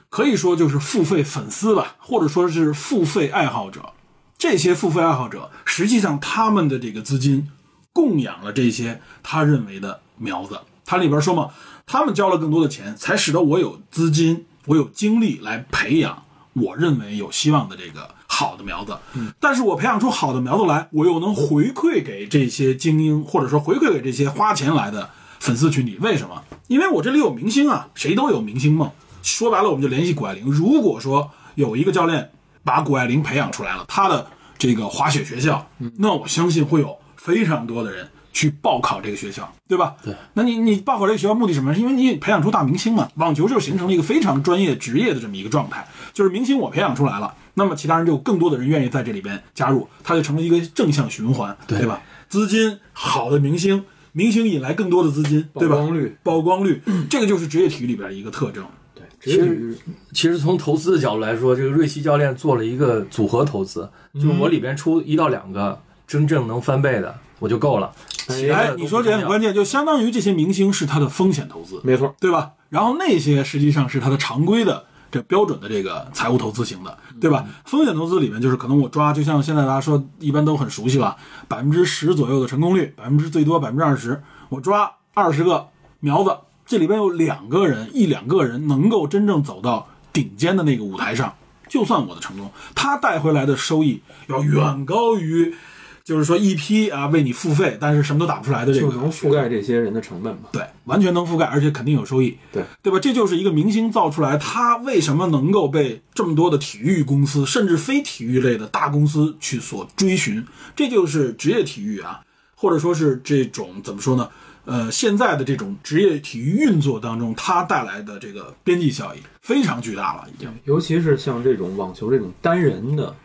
Speaker 2: 可以说就是付费粉丝吧，或者说是付费爱好者。这些付费爱好者，实际上他们的这个资金供养了这些他认为的苗子。他里边说嘛，他们交了更多的钱，才使得我有资金，我有精力来培养我认为有希望的这个好的苗子。但是我培养出好的苗子来，我又能回馈给这些精英，或者说回馈给这些花钱来的粉丝群体。为什么？因为我这里有明星啊，谁都有明星梦。说白了，我们就联系谷爱凌。如果说有一个教练把谷爱凌培养出来了，她的这个滑雪学校，那我相信会有非常多的人去报考这个学校，对吧？
Speaker 1: 对。
Speaker 2: 那你你报考这个学校目的是什么？是因为你培养出大明星嘛？网球就形成了一个非常专业职业的这么一个状态，就是明星我培养出来了，那么其他人就有更多的人愿意在这里边加入，它就成了一个正向循环，对吧？资金好的明星。明星引来更多的资金，对吧？
Speaker 3: 曝光率，
Speaker 2: 曝光率， 这个就是职业体育里边的一个特征。
Speaker 3: 对，
Speaker 1: 其实，其实从投资的角度来说，这个瑞希教练做了一个组合投资，就是我里边出一到两个真正能翻倍的，我就够了。其他
Speaker 2: 哎
Speaker 1: 的，都
Speaker 2: 你
Speaker 1: 不
Speaker 2: 说这
Speaker 1: 重
Speaker 2: 点很
Speaker 1: 要
Speaker 2: 关键，就相当于这些明星是他的风险投资，
Speaker 3: 没错，
Speaker 2: 对吧？然后那些实际上是他的常规的这标准的这个财务投资型的，对
Speaker 3: 嗯
Speaker 2: 吧？风险投资里面就是可能我抓，就像现在大家说一般都很熟悉了，百分之十左右的成功率，百分之最多百分之二十，我抓二十个苗子，这里边有两个人一两个人能够真正走到顶尖的那个舞台上，就算我的成功，他带回来的收益要远高于。就是说，一批啊为你付费，但是什么都打不出来的这个
Speaker 3: 就能覆盖这些人的成本嘛。
Speaker 2: 对，完全能覆盖，而且肯定有收益，
Speaker 3: 对
Speaker 2: 对吧？这就是一个明星造出来，他为什么能够被这么多的体育公司，甚至非体育类的大公司去所追寻？这就是职业体育啊，或者说是这种怎么说呢？呃，现在的这种职业体育运作当中，它带来的这个边际效益非常巨大了，已经。
Speaker 3: 尤其是像这种网球这种单人的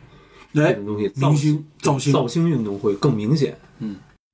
Speaker 3: 这
Speaker 2: 哎
Speaker 3: 种，东西，造
Speaker 2: 明星造星，
Speaker 3: 造星运动会更明显。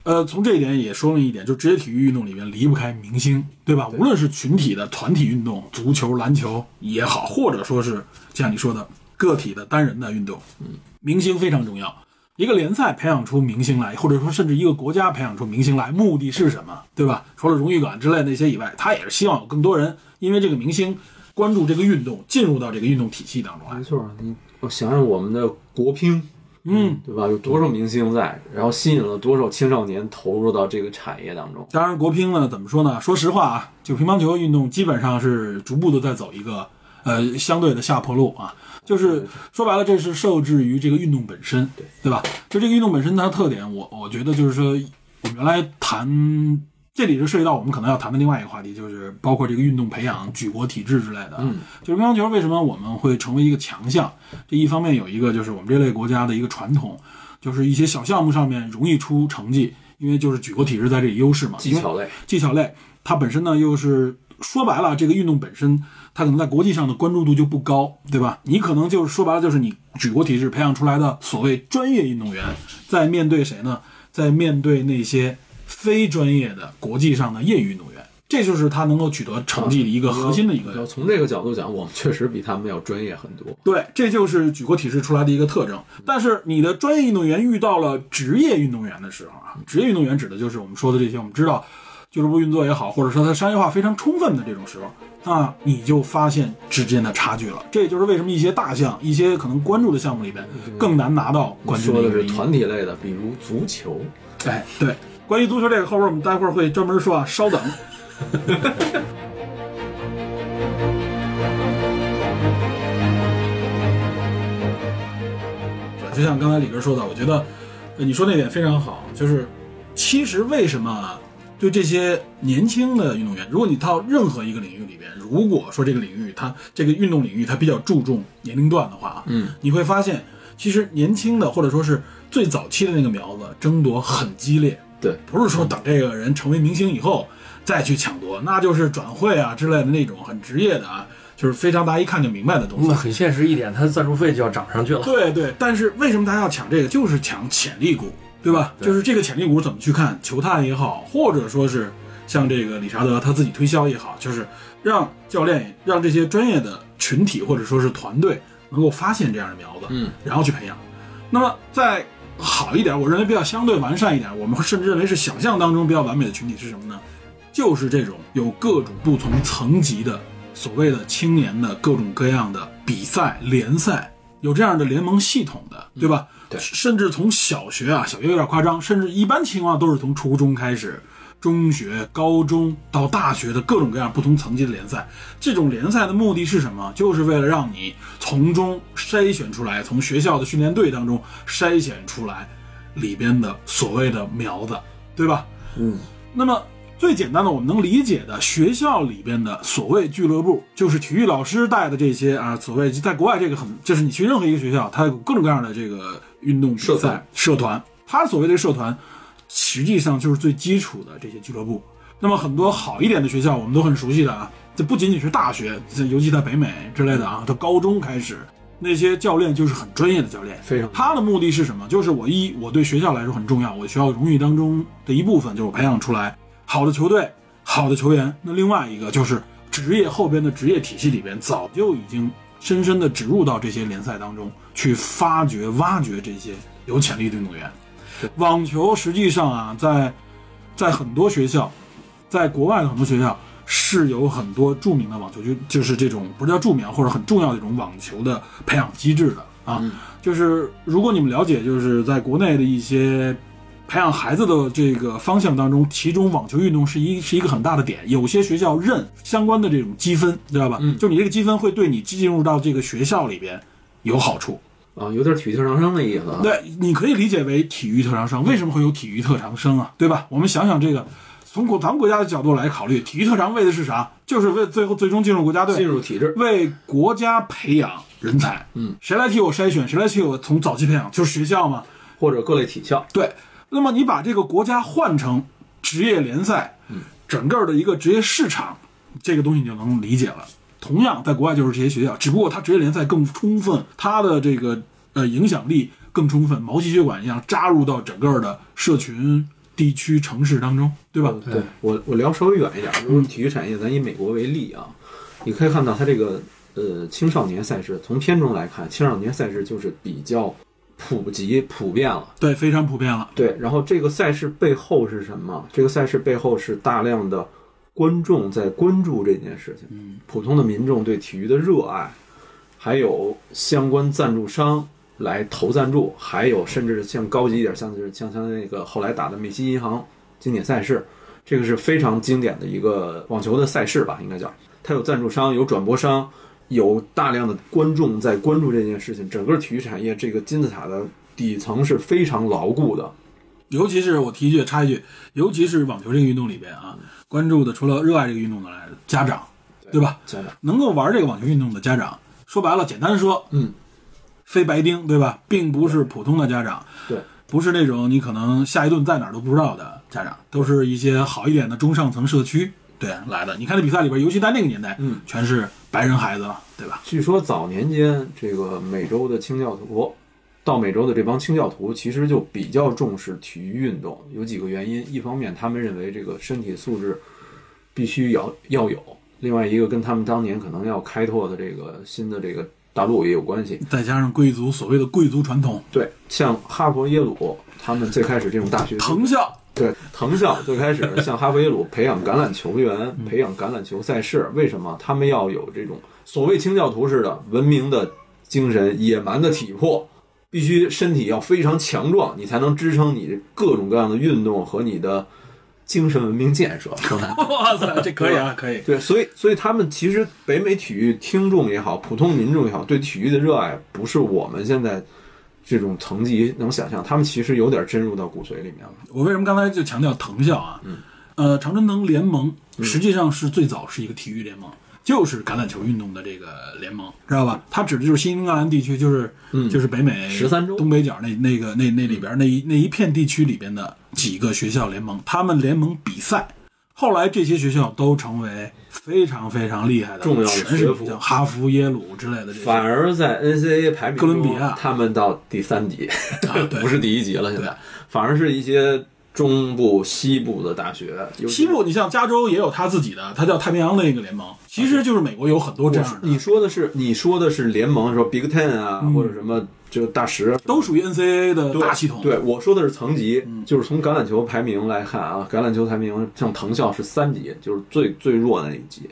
Speaker 2: 呃，从这一点也说明一点，就职业体育运动里面离不开明星，对吧？无论是群体的团体运动，足球、篮球也好，或者说是像你说的个体的单人的运动，嗯，明星非常重要。一个联赛培养出明星来，或者说甚至一个国家培养出明星来，目的是什么？对吧？除了荣誉感之类那些以外，他也是希望有更多人因为这个明星关注这个运动，进入到这个运动体系当中来
Speaker 3: 没。错，你我想想我们的国乒，
Speaker 2: 嗯，
Speaker 3: 对吧？有多少明星在，然后吸引了多少青少年投入到这个产业当中？
Speaker 2: 当然，国乒呢，怎么说呢？说实话啊，就乒乓球运动基本上是逐步的在走一个呃相对的下坡路啊。就是说白了，这是受制于这个运动本身，对对吧？就这个运动本身它的特点，我我觉得就是说，我们原来谈这里就涉及到我们可能要谈的另外一个话题，就是包括这个运动培养、举国体制之类的。嗯，就是乒乓球为什么我们会成为一个强项？这一方面有一个就是我们这类国家的一个传统，就是一些小项目上面容易出成绩，因为就是举国体制在这里优势嘛。
Speaker 3: 技巧类，
Speaker 2: 技巧类，它本身呢又是说白了，这个运动本身它可能在国际上的关注度就不高，对吧？你可能就是说白了，就是你举国体制培养出来的所谓专业运动员，在面对谁呢？在面对那些非专业的国际上的业余运动员，这就是他能够取得成绩的一个核心的一个
Speaker 3: 要从这个角度讲，我们确实比他们要专业很多。
Speaker 2: 对，这就是举国体制出来的一个特征。
Speaker 3: 嗯
Speaker 2: 但是你的专业运动员遇到了职业运动员的时候啊，职业运动员指的就是我们说的这些，我们知道俱乐部运作也好，或者说它商业化非常充分的这种时候，那你就发现之间的差距了。这也就是为什么一些大项、一些可能关注的项目里边更难拿到冠军
Speaker 3: 嗯说
Speaker 2: 一
Speaker 3: 的
Speaker 2: 个
Speaker 3: 是
Speaker 2: 原因。
Speaker 3: 团体类的，比如足球，
Speaker 2: 哎，对，关于足球这个，后边我们待会儿会专门说啊，稍等。就像刚才李哥说的，我觉得呃你说那点非常好，就是其实为什么啊对这些年轻的运动员，如果你到任何一个领域里边，如果说这个领域它这个运动领域它比较注重年龄段的话啊，
Speaker 3: 嗯，
Speaker 2: 你会发现其实年轻的或者说是最早期的那个苗子争夺很激烈，
Speaker 3: 对，
Speaker 2: 不是说等这个人成为明星以后再去抢夺，那就是转会啊之类的那种很职业的啊，就是非常大家一看就明白的东西
Speaker 1: 那。很现实一点，他赞助费就要涨上去了。
Speaker 2: 对对，但是为什么大家要抢这个？就是抢潜力股，对吧？就是这个潜力股怎么去看？球探也好，或者说是像这个理查德他自己推销也好，就是让教练、让这些专业的群体或者说是团队能够发现这样的苗子，
Speaker 3: 嗯，
Speaker 2: 然后去培养。那么再好一点，我认为比较相对完善一点，我们甚至认为是想象当中比较完美的群体是什么呢？就是这种有各种不同层级的所谓的青年的各种各样的比赛联赛，有这样的联盟系统的，对吧？
Speaker 3: 对
Speaker 2: 甚至从小学啊，小学有点夸张，甚至一般情况都是从初中开始，中学、高中到大学的各种各样不同层级的联赛。这种联赛的目的是什么？就是为了让你从中筛选出来，从学校的训练队当中筛选出来里边的所谓的苗子，对吧？
Speaker 3: 嗯，
Speaker 2: 那么最简单的，我们能理解的学校里边的所谓俱乐部，就是体育老师带的这些啊，所谓在国外这个很，就是你去任何一个学校，它有各种各样的这个运动比
Speaker 3: 社
Speaker 2: 赛
Speaker 3: 团
Speaker 2: 社团，它所谓的社团，实际上就是最基础的这些俱乐部。那么很多好一点的学校，我们都很熟悉的啊，这不仅仅是大学，这尤其在北美之类的啊，到高中开始，那些教练就是很专业的教练，
Speaker 3: 非常
Speaker 2: 他的目的是什么？就是我一我对学校来说很重要，我学校荣誉当中的一部分就是我培养出来好的球队、好的球员。那另外一个就是职业后边的职业体系里边，早就已经深深的植入到这些联赛当中去发掘、挖掘这些有潜力的运动员。网球实际上啊，在在很多学校，在国外的很多学校是有很多著名的网球，就就是这种不是叫著名啊或者很重要的一种网球的培养机制的啊。就是如果你们了解，就是在国内的一些培养孩子的这个方向当中，其中网球运动是一是一个很大的点。有些学校认相关的这种积分，知道吧？嗯，就你这个积分会对你进入到这个学校里边有好处。
Speaker 3: 啊，有点体育特长生的意思啊。
Speaker 2: 对，你可以理解为体育特长生。为什么会有体育特长生啊？对吧？我们想想这个，从国咱们国家的角度来考虑，体育特长为的是啥？就是为最后最终进入国家队，
Speaker 3: 进入体制，
Speaker 2: 为国家培养人才。嗯，谁来替我筛选？谁来替我从早期培养？就是学校嘛。
Speaker 3: 或者各类体校，
Speaker 2: 对，那么你把这个国家换成职业联赛，整个的一个职业市场，这个东西你就能理解了。同样，在国外就是这些学校，只不过它职业联赛更充分，它的这个呃影响力更充分，毛细血管一样扎入到整个的社群、地区、城市当中，对吧？
Speaker 3: 嗯对我我聊稍微远一点，就是体育产业，咱以美国为例啊，你可以看到它这个呃青少年赛事，从片中来看，青少年赛事就是比较普及普遍了。
Speaker 2: 对，非常普遍了。
Speaker 3: 对，然后这个赛事背后是什么？这个赛事背后是大量的观众在关注这件事情，普通的民众对体育的热爱，还有相关赞助商来投赞助，还有甚至像高级一点，像就是像像那个后来打的梅西银行经典赛事，这个是非常经典的一个网球的赛事吧，应该叫它有赞助商，有转播商。有大量的观众在关注这件事情，整个体育产业这个金字塔的底层是非常牢固的。
Speaker 2: 尤其是我提一句插一句，尤其是网球这个运动里边啊，关注的除了热爱这个运动的来的家长，对吧？
Speaker 3: 家长，
Speaker 2: 能够玩这个网球运动的家长，说白了，简单说，
Speaker 3: 嗯，
Speaker 2: 非白丁，对吧？并不是普通的家长，
Speaker 3: 对，
Speaker 2: 不是那种你可能下一顿在哪儿都不知道的家长，都是一些好一点的中上层社区对来的。你看这比赛里边，尤其在那个年代，
Speaker 3: 嗯，
Speaker 2: 全是白人孩子了，对吧？
Speaker 3: 据说早年间这个美洲的清教徒，到美洲的这帮清教徒其实就比较重视体育运动，有几个原因：一方面他们认为这个身体素质必须要要有；另外一个跟他们当年可能要开拓的这个新的这个大陆也有关系。
Speaker 2: 再加上贵族所谓的贵族传统，
Speaker 3: 对，像哈佛、耶鲁，他们最开始这种大学
Speaker 2: 藤校
Speaker 3: 对，藤校最开始像哈佛、耶鲁培养橄榄球员，培养橄榄球赛事，为什么他们要有这种所谓清教徒式的文明的精神、野蛮的体魄？必须身体要非常强壮，你才能支撑你各种各样的运动和你的精神文明建设。
Speaker 2: 哇塞，这可以啊，可以。
Speaker 3: 对，所以所以他们其实北美体育听众也好，普通民众也好，对体育的热爱不是我们现在这种层级能想象，他们其实有点深入到骨髓里面了。
Speaker 2: 我为什么刚才就强调藤校啊？
Speaker 3: 嗯
Speaker 2: 呃，常春藤联盟实际上是最早是一个体育联盟，就是橄榄球运动的这个联盟，知道吧？它指的就是新英格兰地区，就是、就是北美
Speaker 3: 13州
Speaker 2: 东北角那那个那那里边那一那一片地区里边的几个学校联盟，他们联盟比赛。后来这些学校都成为非常非常厉害的
Speaker 3: 重要的
Speaker 2: 全是
Speaker 3: 学
Speaker 2: 比
Speaker 3: 府
Speaker 2: 较哈佛、耶鲁之类的这些，
Speaker 3: 反而在 NCAA 排名中
Speaker 2: 哥伦比亚
Speaker 3: 他们到第三级，
Speaker 2: 啊对
Speaker 3: 不是第一级了。现在反而是一些中部、西部的大学，尤其
Speaker 2: 西部，你像加州也有他自己的，它叫太平洋的一个联盟，其实就是美国有很多这
Speaker 3: 我
Speaker 2: 样
Speaker 3: 说
Speaker 2: 的。嗯
Speaker 3: 你说的是你说的是联盟，说 Big Ten 啊，或者什么就大十。
Speaker 2: 都属于 NCAA 的嗯
Speaker 3: 对
Speaker 2: 大系统。
Speaker 3: 对我说的是层级，就是从橄榄球排名来看啊，橄榄球排名像藤校是三级，就是最最弱的那一级，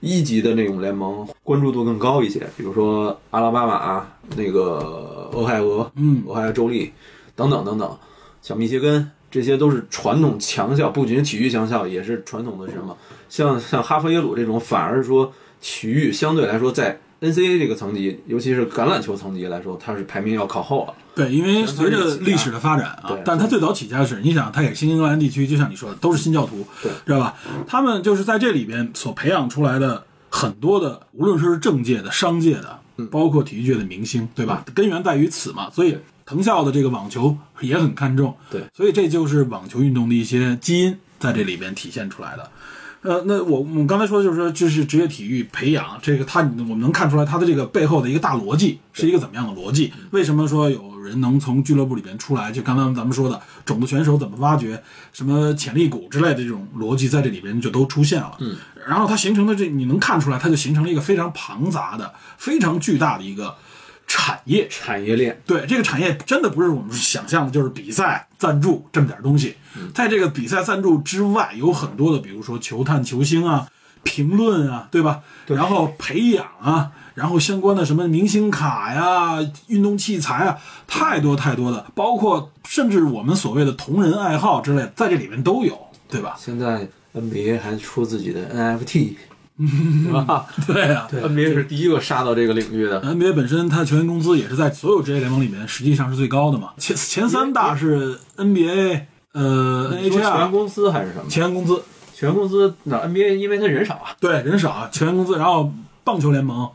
Speaker 3: 一级的那种联盟关注度更高一些，比如说阿拉巴马、啊那个俄亥俄，
Speaker 2: 嗯
Speaker 3: 俄亥俄州立等等等等，像密歇根，这些都是传统强校，不仅是体育强校，也是传统的什么，像像哈佛、耶鲁这种，反而说体育相对来说在 NCAA 这个层级，尤其是橄榄球层级来说，它是排名要靠后了。
Speaker 2: 对，因为随着历史的发展啊
Speaker 3: 对，
Speaker 2: 但他最早起家是，你想，他也是新英格兰地区，就像你说的，都是新教徒，
Speaker 3: 对
Speaker 2: 知道吧？他们就是在这里边所培养出来的很多的，无论是政界的、商界的，
Speaker 3: 嗯
Speaker 2: 包括体育界的明星，对吧？根源在于此嘛，所以藤校的这个网球也很看重，
Speaker 3: 对
Speaker 2: 所以这就是网球运动的一些基因在这里边体现出来的。呃，那我我们刚才说就是说，就是职业体育培养这个它，我们能看出来它的这个背后的一个大逻辑是一个怎么样的逻辑？为什么说有人能从俱乐部里边出来？就刚刚咱们说的种子选手怎么挖掘，什么潜力股之类的这种逻辑在这里边就都出现了。嗯，然后它形成的这你能看出来，它就形成了一个非常庞杂的、非常巨大的一个产业
Speaker 3: 产业链，
Speaker 2: 对这个产业真的不是我们想象的，就是比赛赞助这么点东西。
Speaker 3: 嗯
Speaker 2: 在这个比赛赞助之外，有很多的，比如说球探、球星啊、评论啊，对吧？然后培养啊，然后相关的什么明星卡呀、运动器材啊，太多太多的，包括甚至我们所谓的同人爱好之类的，在这里面都有，对吧？
Speaker 3: 现在 NBA 还出自己的 NFT，是吧？
Speaker 2: 对啊，
Speaker 3: ，NBA 是第一个杀到这个领域的。
Speaker 2: NBA 本身它球员工资也是在所有职业联盟里面实际上是最高的嘛，前前三大是 NBA，呃
Speaker 3: 你说全
Speaker 2: ，NHL。
Speaker 3: 公司还是什么？
Speaker 2: 球员工资，
Speaker 3: 全公司那 NBA 因为他人少啊，
Speaker 2: 对人少啊，球员工资，然后棒球联盟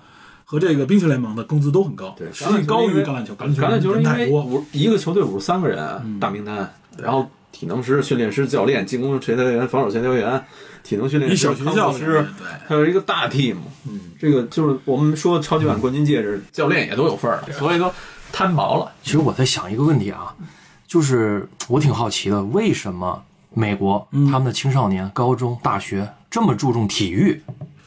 Speaker 2: 和这个冰球联盟的工资都很高，
Speaker 3: 对
Speaker 2: 实际高于橄榄球，榄
Speaker 3: 橄榄球
Speaker 2: 人
Speaker 3: 因
Speaker 2: 太
Speaker 3: 为
Speaker 2: 多，
Speaker 3: 五一个球队五十三个
Speaker 2: 嗯
Speaker 3: 人大名单，然后体能师、训练师、教练、进攻协调员、防守协调员、体能训练
Speaker 2: 一
Speaker 3: 师、
Speaker 2: 小学校
Speaker 3: 康复
Speaker 2: 的
Speaker 3: 师，
Speaker 2: 对，
Speaker 3: 还有一个大 team。嗯，这个就是我们说超级碗冠军戒指，教练也都有份儿，所以说摊薄了。
Speaker 1: 其实我在想一个问题啊，就是我挺好奇的，为什么美国他们的青少年、高中、大学这么注重体育？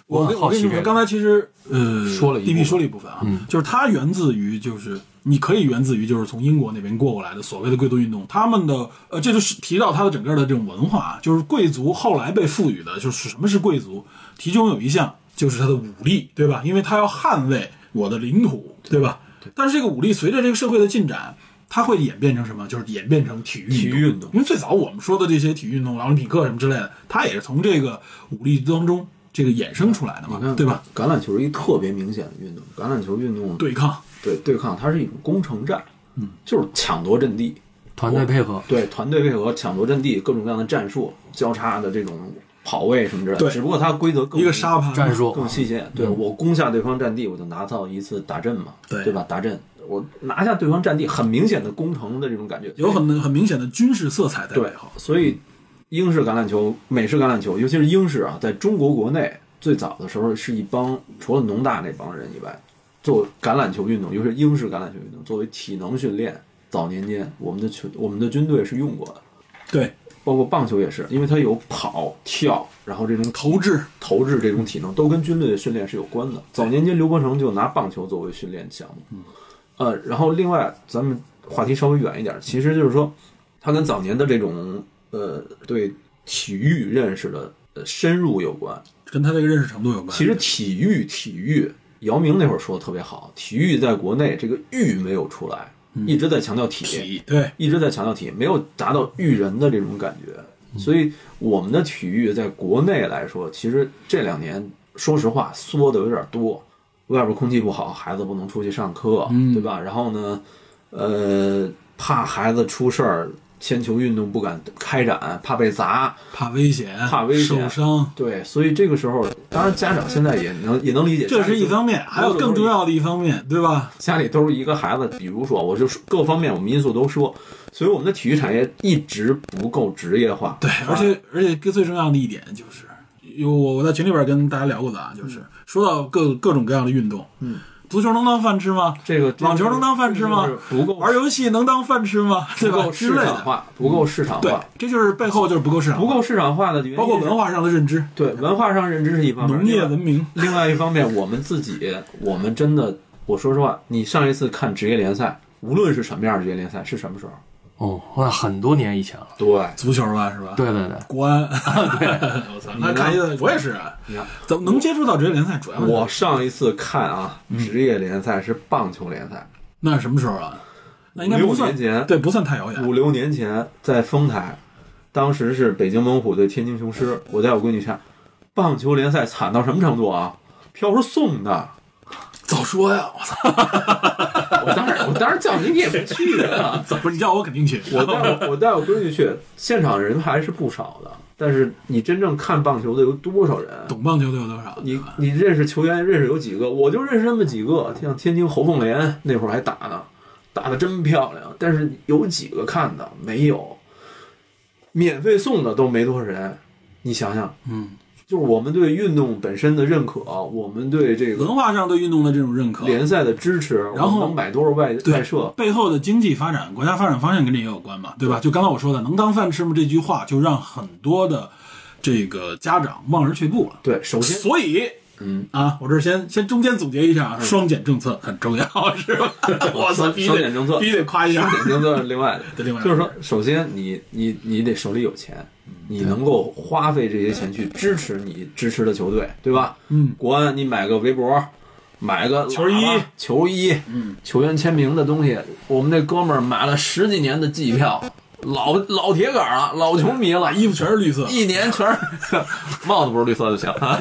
Speaker 2: 我跟
Speaker 1: 很好
Speaker 2: 我跟
Speaker 1: 奇
Speaker 2: 你
Speaker 1: 这
Speaker 2: 说，
Speaker 1: 个。
Speaker 2: 刚才其实呃，
Speaker 3: 说了一部
Speaker 2: D
Speaker 3: 分嗯
Speaker 2: P 说了一部分啊，就是它源自于就是你可以源自于就是从英国那边过过来的所谓的贵族运动，他们的呃，这就是提到它的整个的这种文化啊，就是贵族后来被赋予的，就是什么是贵族，其中有一项就是它的武力，对吧？因为它要捍卫我的领土，对吧？但是这个武力随着这个社会的进展。它会演变成什么？就是演变成体育
Speaker 3: 体育运动
Speaker 2: 因为最早我们说的这些体育运动，奥林匹克什么之类的，它也是从这个武力当中这个衍生出来的嘛
Speaker 3: 你，看，
Speaker 2: 对吧？？
Speaker 3: 橄榄球是一特别明显的运动，橄榄球运动
Speaker 2: 对抗，
Speaker 3: 对对抗，它是一种攻城战，嗯，就是抢夺阵地，
Speaker 1: 团队配合，
Speaker 3: 对团队配合、抢夺阵地、各种各样的战术交叉的这种跑位什么之类的。
Speaker 2: 对
Speaker 3: 只不过它规则更
Speaker 2: 一个沙盘嗯
Speaker 1: 战术
Speaker 3: 更细节。对我攻下对方战地，我就拿到一次打阵嘛，
Speaker 2: 对
Speaker 3: 对吧？打阵，我拿下对方战地，很明显的攻城的这种感觉，
Speaker 2: 有很很明显的军事色彩在
Speaker 3: 对
Speaker 2: 背后。，
Speaker 3: 所以英式橄榄球、美式橄榄球，尤其是英式啊，在中国国内最早的时候是一帮除了农大那帮人以外，做橄榄球运动，尤其是英式橄榄球运动作为体能训练，早年间我们的球我们的军队是用过的，
Speaker 2: 对，
Speaker 3: 包括棒球也是，因为它有跑、跳，然后这种
Speaker 2: 投掷，
Speaker 3: 投掷这种体能都跟军队的训练是有关的。早年间，刘伯承就拿棒球作为训练项目。呃，然后另外，咱们话题稍微远一点，其实就是说，他跟早年的这种呃对体育认识的呃深入有关。
Speaker 2: 跟他这个认识程度有关。
Speaker 3: 其实体育，体育，姚明那会儿说的特别好，体育在国内这个“育”没有出来，一直在强调体。
Speaker 2: 体对
Speaker 3: 一直在强调体，没有达到育人的这种感
Speaker 2: 嗯
Speaker 3: 觉。所以我们的体育在国内来说，其实这两年说实话缩的有点多，外边空气不好，孩子不能出去上课，
Speaker 2: 嗯
Speaker 3: 对吧？然后呢，呃，怕孩子出事儿，铅球运动不敢开展，怕被砸，
Speaker 2: 怕危险，
Speaker 3: 怕危险
Speaker 2: 受伤，
Speaker 3: 对，所以这个时候，当然家长现在也能也能理解，
Speaker 2: 这是一方面，还有更重要的一方面，对吧？
Speaker 3: 家里都是一个孩子，比如说，我就是各方面我们因素都说，所以我们的体育产业一直不够职业化。啊
Speaker 2: 对，而且而且最重要的一点就是，有我我在群里边跟大家聊过的啊，就是
Speaker 3: 嗯
Speaker 2: 说到各各种各样的运动，嗯，足球能当饭吃吗？
Speaker 3: 这个
Speaker 2: 网球能当饭吃吗
Speaker 3: 就是不够
Speaker 2: 玩游戏能当饭吃吗？对
Speaker 3: 不
Speaker 2: 吧？
Speaker 3: 够
Speaker 2: 之
Speaker 3: 市
Speaker 2: 类
Speaker 3: 场
Speaker 2: 的，嗯
Speaker 3: 化，不够市场
Speaker 2: 对
Speaker 3: 化，，
Speaker 2: 这就是背后就是不够市场化，
Speaker 3: 不够市场化的原因，
Speaker 2: 包括文化上的认知，
Speaker 3: 对文化上认知是一方面，
Speaker 2: 农业文明，
Speaker 3: 另外一方面，我们自己，我们真的，我说实话，你上一次看职业联赛，无论是什么样的职业联赛，是什么时候？
Speaker 1: 哦，那很多年以前了。
Speaker 3: 对，
Speaker 2: 足球吧，是吧？
Speaker 1: 对对对，
Speaker 2: 国安， 对，我操，那看一个，我也是啊
Speaker 3: 你看，
Speaker 2: 怎么能接触到职业联赛？主要是
Speaker 3: 我上一次看啊，职业联赛是棒球联赛，
Speaker 2: 那是什么时候啊？那应该不算
Speaker 3: 五六年前
Speaker 2: 对，不算太遥远。
Speaker 3: 五六年前在丰台，当时是北京猛虎对天津雄狮，我带我闺女看，棒球联赛惨到什么程度啊？票是送的，
Speaker 2: 早说呀！我操，
Speaker 3: 我当然，我当然叫你，你也不去 啊。
Speaker 2: 早不是你叫我肯定去。
Speaker 3: 我带我我带我闺女去，现场人还是不少的，但是你真正看棒球的有多少人？
Speaker 2: 懂棒球的有多少？
Speaker 3: 你你认识球员认识有几个？我就认识那么几个，像天津侯凤莲那会儿还打呢，打的真漂亮。但是有几个看的？没有，免费送的都没多少人。你想想，
Speaker 2: 嗯，
Speaker 3: 就是我们对运动本身的认可，我们对这个
Speaker 2: 文化上对运动的这种认可，
Speaker 3: 联赛的支持，
Speaker 2: 然后
Speaker 3: 我们能买多少外
Speaker 2: 对
Speaker 3: 外设？
Speaker 2: 背后的经济发展、国家发展方向跟这也有关嘛，对吧？就刚才我说的“能当饭吃吗”这句话，就让很多的这个家长望而却步了。
Speaker 3: 对，首先
Speaker 2: 所以，
Speaker 3: 嗯
Speaker 2: 啊，我这先先中间总结一下啊，双减政策很 重要，是吧？我操，必须
Speaker 3: 双
Speaker 2: 得
Speaker 3: 减政策
Speaker 2: 必须得夸一下。
Speaker 3: 典型的另外的，
Speaker 2: 对另外的
Speaker 3: 就是说，首先你你你得手里有钱，
Speaker 2: 嗯
Speaker 3: 你能够花费这些钱去支持你支持的球队，对吧？
Speaker 2: 嗯，
Speaker 3: 国安你买个围脖，买个
Speaker 2: 球衣
Speaker 3: 喇叭、球衣，
Speaker 2: 嗯，
Speaker 3: 球员签名的东西，我们那哥们儿买了十几年的季票，老老铁杆了，老球迷了，
Speaker 2: 衣服全是绿 色，
Speaker 3: 一年全是 帽子不是绿色就行啊，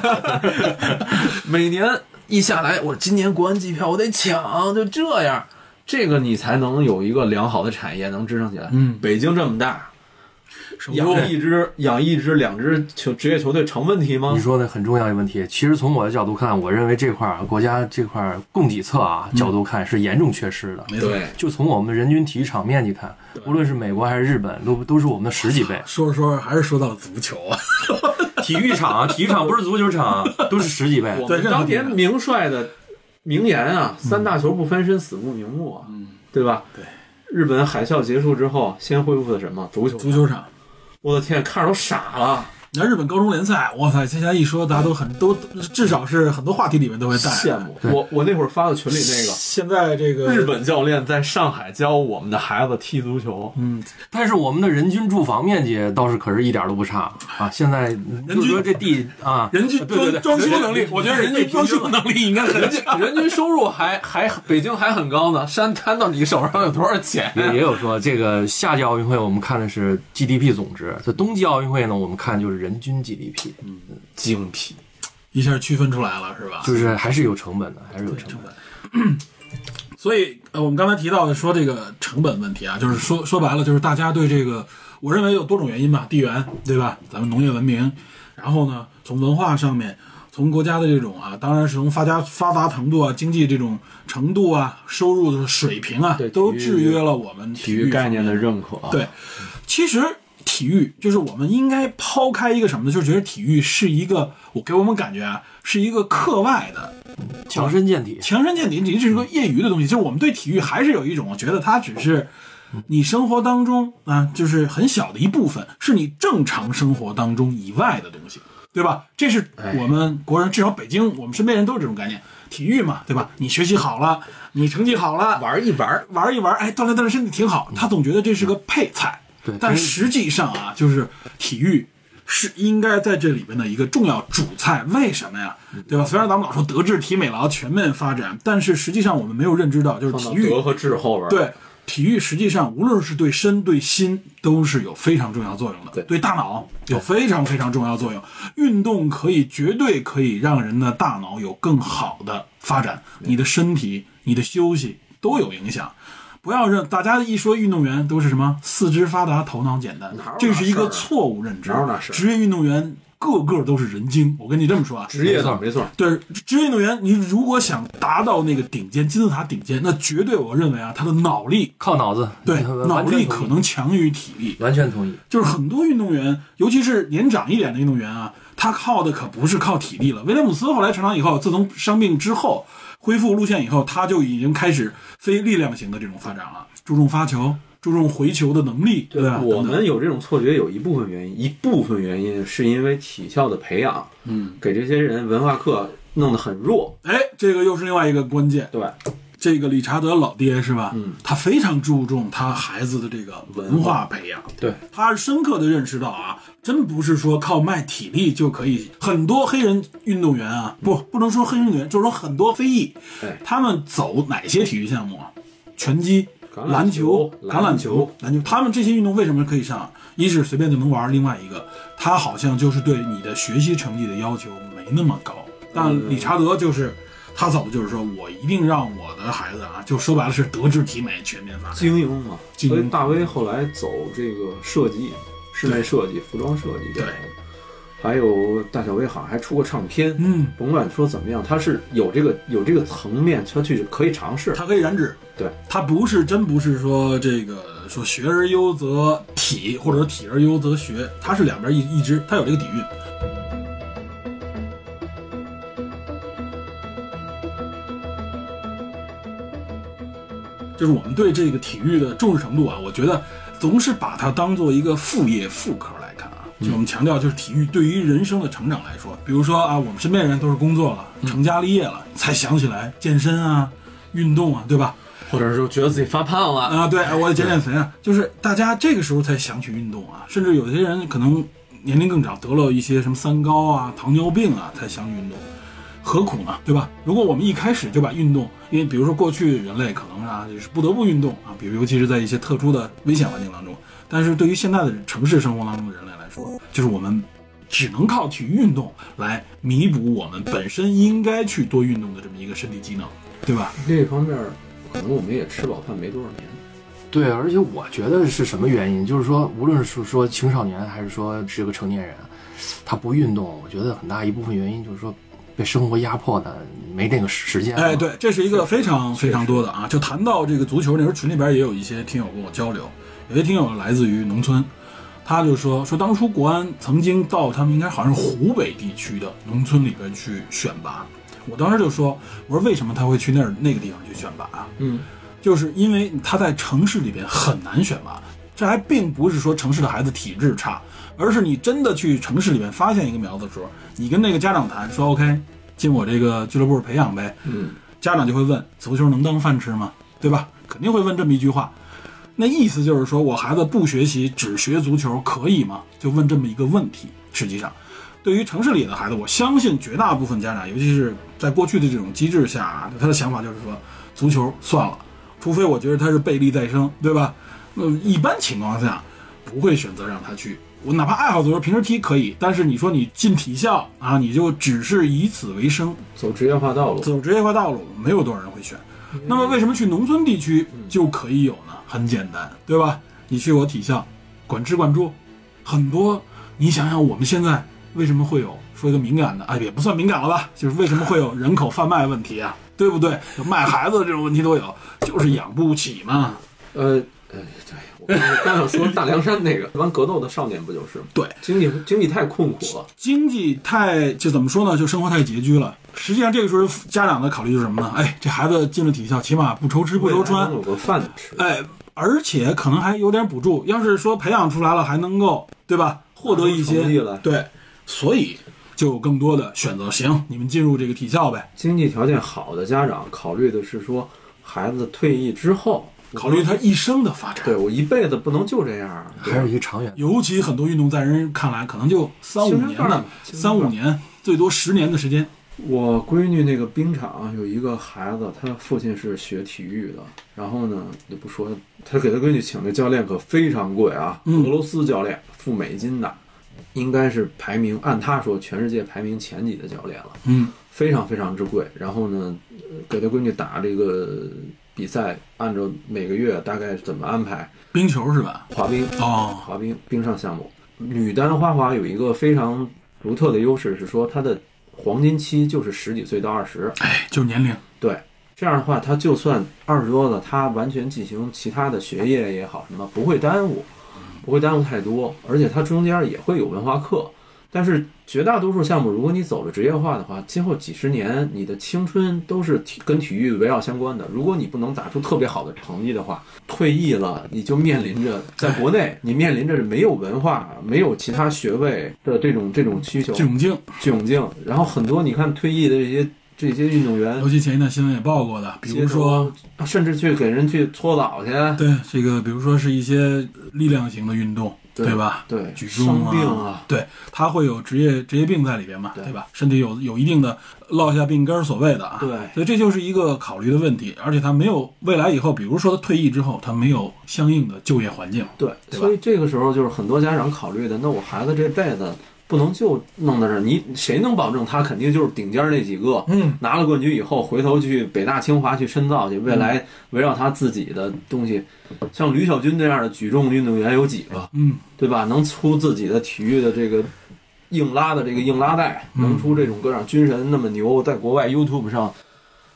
Speaker 3: 每年一下来，我今年国安机票我得抢，就这样，这个你才能有一个良好的产业能支撑起来。
Speaker 2: 嗯
Speaker 3: 北京这么大，
Speaker 2: 手
Speaker 3: 养
Speaker 2: 工
Speaker 3: 一支养一支两支球职业球队成问题吗
Speaker 1: 你？说的很重要一个问题，其实从我的角度看，我认为这块儿啊国家这块儿供给侧啊角度看是严重缺失的。
Speaker 2: 没错。。
Speaker 3: 对，
Speaker 1: 就从我们人均体育场面积看，无论是美国还是日本，都都是我们的十几倍
Speaker 2: 说着说着还是说到了足球 啊，
Speaker 1: 体育场，啊体育场不是足球场，啊都是十几倍。
Speaker 3: 我们
Speaker 2: 任何
Speaker 3: 当年
Speaker 2: 地方
Speaker 3: 名帅的名言啊，三大球不翻身，死不瞑目啊，
Speaker 2: 嗯，
Speaker 3: 对吧？
Speaker 2: 对。
Speaker 3: 日本海啸结束之后，先恢复的什么足球？
Speaker 2: 足球场。
Speaker 3: 我的天，看着都傻了。
Speaker 2: 你看日本高中联赛，哇塞！现在一说，大家都很都至少是很多话题里面都会带。
Speaker 3: 羡慕我，我那会儿发到群里那
Speaker 2: 现在这个
Speaker 3: 个日，本教练在上海教我们的孩子踢足球，
Speaker 2: 嗯，
Speaker 1: 但是我们的人均住房面积倒是可是一点儿都不差啊！现在就
Speaker 2: 均
Speaker 1: 说这 地啊，
Speaker 2: 人均
Speaker 1: 对对对
Speaker 2: 装装修能力，我觉得人均装修能力应该很强。
Speaker 3: 人均收入还还北京还很高呢，山摊到你手上有多少钱
Speaker 1: 也也有说这个夏季奥运会我们看的是 GDP 总值，这冬季奥运会呢我们看就是人均 GDP，
Speaker 3: 精辟，
Speaker 2: 一下区分出来了，是吧？
Speaker 1: 就是还是有成本的，还是有成本。
Speaker 2: 所以，呃，我们刚才提到的说这个成本问题啊，就是说说白了，就是大家对这个，我认为有多种原因吧，地缘，对吧？咱们农业文明，然后呢，从文化上面，从国家的这种啊，当然是从发家发达程度啊、经济这种程度啊、收入的水平啊
Speaker 3: 对，
Speaker 2: 都
Speaker 3: 体育
Speaker 2: 制约了我们
Speaker 3: 体育概
Speaker 2: 方面
Speaker 3: 念的认可，
Speaker 2: 对，其实体育就是我们应该抛开一个什么呢？就是觉得体育是一个，我给我们感觉啊，是一个课外的
Speaker 1: 强身健体，
Speaker 2: 强身健体，这是个业余的东西。就是我们对体育还是有一种，我觉得它只是你生活当中啊，就是很小的一部分，是你正常生活当中以外的东西，对吧？这是
Speaker 3: 哎
Speaker 2: 我们国人，至少北京我们身边人都有这种概念。体育嘛，对吧？你学习好了，你成绩好了，
Speaker 3: 玩一玩，嗯
Speaker 2: 玩一玩，哎，锻炼锻炼身体挺好。他总觉得这是个配菜，
Speaker 1: 对
Speaker 2: 但
Speaker 1: 跟
Speaker 2: 实际上啊，就是体育是应该在这里边的一个重要主菜。为什么呀？
Speaker 3: 嗯
Speaker 2: 对吧？虽然咱们老说德智体美劳全面发展，但是实际上我们没有认知到，就是
Speaker 3: 放到
Speaker 2: 体育
Speaker 3: 德和智后边，，
Speaker 2: 对体育实际上无论是对身对心都是有非常重要作用的，
Speaker 3: 对
Speaker 2: 大脑有非常非常重要作用。运动可以绝对可以让人的大脑有更好的发展，你的身体、你的休息都有影响。不要让大家一说运动员都是什么四肢发达头脑简单
Speaker 3: 哪有那，
Speaker 2: 这是一
Speaker 3: 事儿
Speaker 2: 个
Speaker 3: 啊
Speaker 2: 错误认知
Speaker 3: 哪有那。事儿啊
Speaker 2: 职业运动员个个都是人精，我跟你这么说啊，
Speaker 3: 职业的没错，
Speaker 2: 对，职业运动员，你如果想达到那个顶尖金字塔顶尖，那绝对我认为啊，他的脑力
Speaker 1: 靠脑子，
Speaker 2: 对
Speaker 1: 完
Speaker 2: 脑力
Speaker 1: 完全同
Speaker 2: 可
Speaker 1: 意
Speaker 2: 能强于体力。
Speaker 1: 完全同意。
Speaker 2: 就是很多运动员，尤其是年长一点的运动员啊，他靠的可不是靠体力了。威廉姆斯后来成长以后，自从伤病之后恢复路线以后，他就已经开始非力量型的这种发展了，注重发球，注重回球的能力，对啊吧？
Speaker 3: 啊我
Speaker 2: 等等
Speaker 3: 们有这种错觉，有一部分原因，一部分原因是因为体校的培养，
Speaker 2: 嗯，
Speaker 3: 给这些人文化课弄得很弱，
Speaker 2: 哎，这个又是另外一个关键。
Speaker 3: 对，
Speaker 2: 这个理查德老爹是吧？
Speaker 3: 嗯，
Speaker 2: 他非常注重他孩子的这个文化培养，
Speaker 3: 对
Speaker 2: 他是深刻的认识到啊，真不是说靠卖体力就可以。很多黑人运动员啊，不不能说黑人运动员，就是说很多非裔，
Speaker 3: 对
Speaker 2: 他们走哪些体育项目啊？拳击、
Speaker 3: 橄榄
Speaker 2: 篮球、
Speaker 3: 球
Speaker 2: 橄榄
Speaker 3: 篮
Speaker 2: 球
Speaker 3: 球、
Speaker 2: 篮球，他们这些运动为什么可以上？一是随便就能玩，另外一个，他
Speaker 3: 嗯
Speaker 2: 好像就是对你的学习成绩的要求没那么高。但理查德就是他走的就是说我一定让我的孩子啊，就说白了是德智体美全面发展。
Speaker 3: 精英嘛，
Speaker 2: 精英
Speaker 3: 所以大威后来走这个设计、室内设计、服装设计这
Speaker 2: 对
Speaker 3: 种，还有大小威好像还出过唱片，
Speaker 2: 嗯，
Speaker 3: 甭管说怎么样，他是有这个有这个层面，他去可以尝试。
Speaker 2: 他可以染指，
Speaker 3: 对，
Speaker 2: 他不是真不是说这个说学而优则体，或者说体而优则学，他是两边一一支，他有这个底蕴。就是我们对这个体育的重视程度啊，我觉得总是把它当做一个副业副科来看啊。就我们强调，就是体育对于人生的成长来说，比如说啊，我们身边人都是工作了、
Speaker 1: 嗯
Speaker 2: 成家立业了，才想起来健身啊、运动啊，对吧？
Speaker 1: 或者是觉得自己发胖了，
Speaker 2: 啊，对，我得减减肥啊。就是大家这个时候才想起运动啊，甚至有些人可能年龄更长，得了一些什么三高啊、糖尿病啊，才想运动。何苦呢，对吧？如果我们一开始就把运动，因为比如说过去人类可能啊就是不得不运动啊，比如尤其是在一些特殊的危险环境当中，但是对于现在的城市生活当中的人类来说， 就是我们只能靠体育运动来弥补我们本身应该去多运动的这么一个身体机能，对吧？
Speaker 3: 另一方面，可能我们也吃饱饭没多少年，
Speaker 1: 对，而且我觉得是什么原因？就是说，无论是说青少年还是说是个成年人，他不运动，我觉得很大一部分原因就是说被生活压迫的，没那个时间。
Speaker 2: 哎，，对，这是一个非常非常多的啊。就谈到这个足球，那时候群里边也有一些听友跟我交流，有些听友来自于农村，他就说说当初国安曾经到他们应该好像是湖北地区的农村里边去选拔，我当时就说我说为什么他会去那儿那个地方去选拔啊？
Speaker 3: 嗯，
Speaker 2: 就是因为他在城市里边很难选拔，这还并不是说城市的孩子体质差，而是你真的去城市里面发现一个苗子的时候，你跟那个家长谈说 OK，进我这个俱乐部培养呗，
Speaker 3: 嗯，
Speaker 2: 家长就会问：足球能当饭吃吗？对吧？肯定会问这么一句话。那意思就是说我孩子不学习，只学足球可以吗？就问这么一个问题。实际上，对于城市里的孩子，我相信绝大部分家长，尤其是在过去的这种机制下啊，他的想法就是说，足球算了，除非我觉得他是贝利再生，对吧？那一般情况下不会选择让他去。我哪怕爱好足球，平时踢可以，但是你说你进体校啊，你就只是以此为生，
Speaker 3: 走职业化道路，
Speaker 2: 走职业化道路，没有多少人会选。
Speaker 3: 嗯
Speaker 2: 那么为什么去农村地区就可以有呢？很简单，对吧？你去我体校，管吃管住，很多。你想想，我们现在为什么会有说一个敏感的，哎，也不算敏感了吧？就是为什么会有人口贩卖问题啊？对不对？有卖孩子的这种问题都有，就是养不起嘛。
Speaker 3: 呃。呃，对，我刚才刚想说大凉山那个玩格斗的少年不就是吗？
Speaker 2: 对，
Speaker 3: 经济经济太困苦了，
Speaker 2: 经济太就怎么说呢？就生活太拮据了。实际上这个时候家长的考虑就是什么呢？哎，这孩子进了体校，起码不愁吃不愁穿
Speaker 3: 未来，能有个饭吃。
Speaker 2: 哎，而且可能还有点补助。要是说培养出来了，还能够对吧，获得一
Speaker 3: 拿出啊成绩
Speaker 2: 些
Speaker 3: 来
Speaker 2: 对，所以就有更多的选择。行，你们进入这个体校呗，
Speaker 3: 经济条件好的家长考虑的是说，孩子退役之后，
Speaker 2: 考虑他一生的发展。
Speaker 3: 对我一辈子不能就这样啊，
Speaker 1: 还有一个长远。
Speaker 2: 尤其很多运动在人看来，可能就三五
Speaker 3: 青春
Speaker 2: 年
Speaker 3: 范儿
Speaker 2: 的
Speaker 3: 嘛，青春
Speaker 2: 三五
Speaker 3: 范儿
Speaker 2: 年最多十年的时间。
Speaker 3: 我闺女那个冰场有一个孩子，他父亲是学体育的，然后呢就不说，他给他闺女请的教练可非常贵啊，
Speaker 2: 嗯
Speaker 3: 俄罗斯教练付美金的，应该是排名按他说全世界排名前几的教练了，
Speaker 2: 嗯，
Speaker 3: 非常非常之贵。然后呢，呃给他闺女打这个比赛，按照每个月大概怎么安排
Speaker 2: 冰球是吧？
Speaker 3: 滑冰，
Speaker 2: 哦，
Speaker 3: 滑冰冰上项目，女单花滑有一个非常独特的优势是说它的黄金期就是十几岁到二十。
Speaker 2: 哎，就是年龄。
Speaker 3: 对，这样的话，他就算二十多了，他完全进行其他的学业也好，什么不会耽误，不会耽误太多，而且他中间也会有文化课。但是绝大多数项目，如果你走了职业化的话，今后几十年你的青春都是体跟体育围绕相关的。如果你不能打出特别好的成绩的话，退役了你就面临着在国内你面临着没有文化、没有其他学位的这种这种需求
Speaker 2: 窘境，
Speaker 3: 窘境。然后很多你看退役的这些这些运动员
Speaker 2: 尤，其前一段新闻也报过的，比如
Speaker 3: 啊
Speaker 2: 说，
Speaker 3: 甚至去给人去搓澡去，
Speaker 2: 对这个，比如说是一些力量型的运动，
Speaker 3: 对
Speaker 2: 对吧？
Speaker 3: 对，
Speaker 2: 举重
Speaker 3: 伤
Speaker 2: 啊，
Speaker 3: 病啊，
Speaker 2: 对，他会有职业职业病在里边嘛，对
Speaker 3: 对
Speaker 2: 吧？身体有有一定的落下病根儿，所谓的啊，
Speaker 3: 对
Speaker 2: 所以这就是一个考虑的问题，而且他没有未来以后，比如说他退役之后，他没有相应的就业环境，
Speaker 3: 对，
Speaker 2: 对吧
Speaker 3: 所以这个时候就是很多家长考虑的，那我孩子这辈子不能就弄到这儿。你谁能保证他肯定就是顶尖儿那几个？
Speaker 2: 嗯，
Speaker 3: 拿了冠军以后，回头去北大、清华去深造去，未来围绕他自己的东西，像吕小军这样的举重运动员有几个？
Speaker 2: 嗯，
Speaker 3: 对吧？能出自己的体育的这个硬拉的这个硬拉带，
Speaker 2: 嗯
Speaker 3: 能出这种各样军神那么牛，在国外 YouTube 上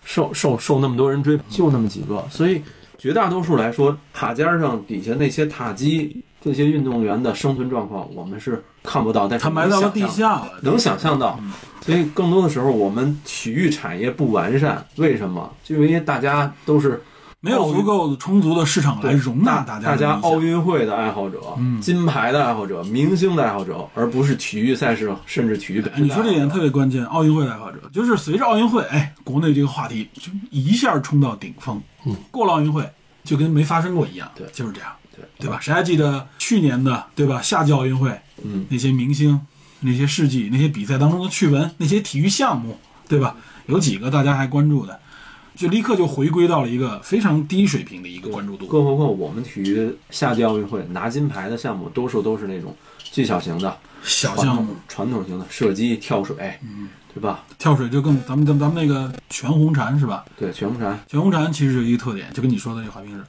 Speaker 3: 受受受那么多人追，就那么几个，所以绝大多数来说，塔尖上底下那些塔基这些运动员的生存状况，我们是看不到，但是
Speaker 2: 他埋到了
Speaker 3: 能
Speaker 2: 地
Speaker 3: 想象
Speaker 2: 下嗯了，
Speaker 3: 能想象到，所以更多的时候我们体育产业不完善，为什么？就因为大家都是
Speaker 2: 没有足够的充足的市场来容纳大
Speaker 3: 大大
Speaker 2: 的
Speaker 3: 家
Speaker 2: 理想
Speaker 3: 奥运会的爱好者、
Speaker 2: 嗯
Speaker 3: 金牌的爱好者、明星的爱好者，而不是体育赛事甚至体育本
Speaker 2: 哎
Speaker 3: 身
Speaker 2: 你
Speaker 3: 的爱
Speaker 2: 说
Speaker 3: 好者。
Speaker 2: 这点特别关键，奥运会的爱好者，就是随着奥运会，哎，国内这个话题就一下冲到顶峰，
Speaker 1: 嗯，
Speaker 2: 过了奥运会就跟没发生过一样，
Speaker 3: 对
Speaker 2: 就是这样，
Speaker 3: 对
Speaker 2: 对吧？谁还记得去年的对吧？夏季奥运会，
Speaker 3: 嗯，
Speaker 2: 那些明星、那些事迹、那些比赛当中的趣闻、那些体育项目，对吧？有几个大家还关注的，就立刻就回归到了一个非常低水平的一个关注度，
Speaker 3: 更何况我们体育夏季奥运会拿金牌的项目，多数都是那种技巧型的、
Speaker 2: 小
Speaker 3: 传
Speaker 2: 项
Speaker 3: 统
Speaker 2: 目。
Speaker 3: 传统型的射击、跳水，
Speaker 2: 嗯
Speaker 3: 对吧？
Speaker 2: 跳水就更，咱们咱们咱们那个全红婵是吧？
Speaker 3: 对，全部缠。
Speaker 2: 全红婵其实有一个特点，就跟你说的这个滑冰是，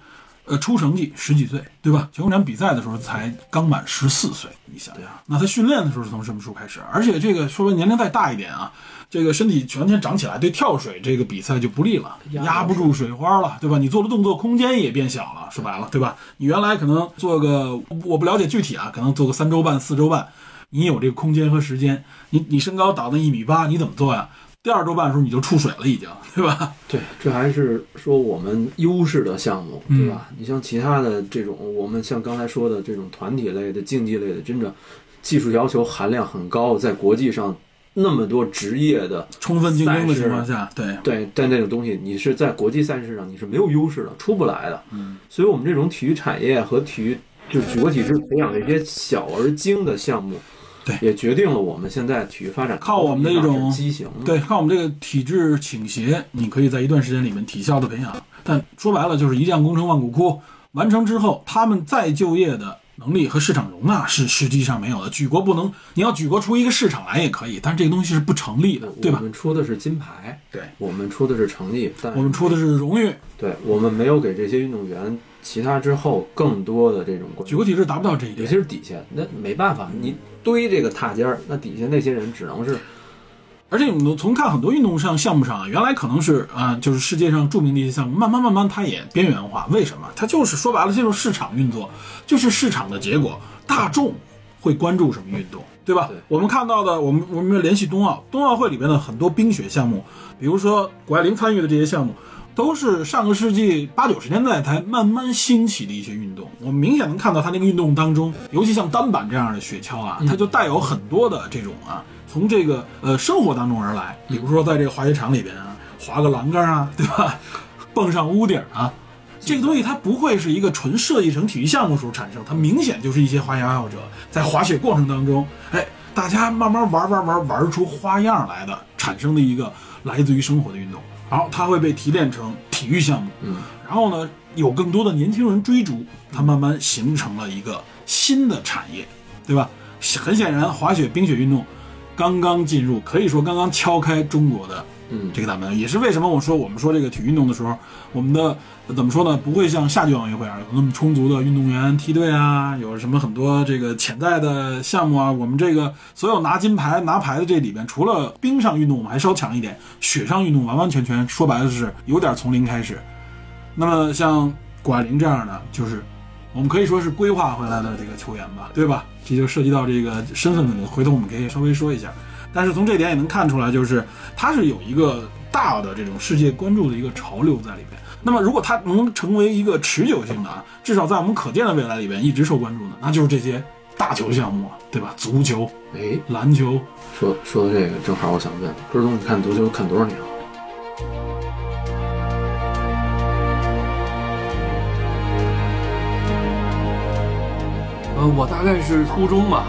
Speaker 2: 呃，出成绩十几岁，对吧？全红婵比赛的时候才刚满十四岁，你想想，那她训练的时候是从什么时候开始？啊而且这个说白，年龄再大一点啊，这个身体全天长起来，对跳水这个比赛就不利了，
Speaker 3: 压
Speaker 2: 压不住水花了，对吧？你做的动作空间也变小了，说白了，对吧？你原来可能做个，我不了解具体啊，可能做个三周半、四周半，你有这个空间和时间，你你身高到那一米八，你怎么做呀？第二周半的时候你就出水了，已经，对吧？
Speaker 3: 对，这还是说我们优势的项目，对吧？
Speaker 2: 嗯
Speaker 3: 你像其他的这种，我们像刚才说的这种团体类的、竞技类的，真的技术要求含量很高，在国际上那么多职业的
Speaker 2: 充分竞争的情况下，对，
Speaker 3: 对，但那种东西你是在国际赛事上你是没有优势的，出不来的。嗯，所以我们这种体育产业和体育就是举国体制培养的一些小而精的项目，
Speaker 2: 对
Speaker 3: 也决定了我们现在体育发展
Speaker 2: 靠我们的一种
Speaker 3: 畸形。，
Speaker 2: 对，看我们这个体制倾斜，你可以在一段时间里面体校的培养，但说白了就是一将功成万骨枯，完成之后，他们再就业的能力和市场容纳是实际上没有的。举国不能，你要举国出一个市场来也可以，但是这个东西是不成立的，对
Speaker 3: 我
Speaker 2: 吧？
Speaker 3: 们出的是金牌，
Speaker 2: 对，
Speaker 3: 我们出的是成绩，但
Speaker 2: 我们出的是荣誉，
Speaker 3: 对我们没有给这些运动员其他之后更多的这种关
Speaker 2: 举
Speaker 3: 注，
Speaker 2: 国体制达不到这一
Speaker 3: 尤
Speaker 2: 点
Speaker 3: 其。是底下，那没办法，你堆这个塔尖儿，那底下那些人只能是
Speaker 2: 而且我们从看很多运动上项目上啊，原来可能是啊、就是世界上著名的一些项目，慢慢慢慢它也边缘化。为什么？它就是说白了，这就是市场运作，就是市场的结果。大众会关注什么运动，对吧？
Speaker 3: 对
Speaker 2: 我们看到的，我们我们联系冬奥，冬奥会里边的很多冰雪项目，比如说谷爱凌参与的这些项目，都是上个世纪八九十年代才慢慢兴起的一些运动。我们明显能看到它那个运动当中，尤其像单板这样的雪橇啊，它就带有很多的这种啊，从这个呃生活当中而来。比如说在这个滑雪场里边啊，滑个栏杆啊， 对吧？蹦上屋顶啊，这个东西它不会是一个纯设计成体育项目时候产生，它明显就是一些滑雪爱好者在滑雪过程当中，哎，大家慢慢玩玩玩玩出花样来的，产生的一个来自于生活的运动，然后它会被提炼成体育项目，
Speaker 3: 嗯，
Speaker 2: 然后呢，有更多的年轻人追逐，它慢慢形成了一个新的产业，对吧？很显然，滑雪、冰雪运动刚刚进入，可以说刚刚敲开中国的
Speaker 3: 嗯
Speaker 2: 这个大门，也是为什么我说我们说这个体育运动的时候，我们的呃怎么说呢？不会像夏季奥运会啊，有那么充足的运动员梯队啊，有什么很多这个潜在的项目啊。我们这个所有拿金牌、拿牌的这里边，除了冰上运动我们还稍强一点，雪上运动完完全全说白了是有点从零开始。那么像谷爱凌这样的，就是我们可以说是规划回来的这个球员吧，对吧？这就涉及到这个身份问题，回头我们可以稍微说一下。但是从这点也能看出来，就是它是有一个大的这种世界关注的一个潮流在里边。那么，如果它能成为一个持久性的啊，至少在我们可见的未来里边一直受关注的，那就是这些大球项目啊，对吧？足球、
Speaker 3: 哎。
Speaker 2: 篮球，
Speaker 3: 说说到这个，正好我想问，哥儿东，你看足球看多少年了？
Speaker 1: 呃，我大概是初中吧，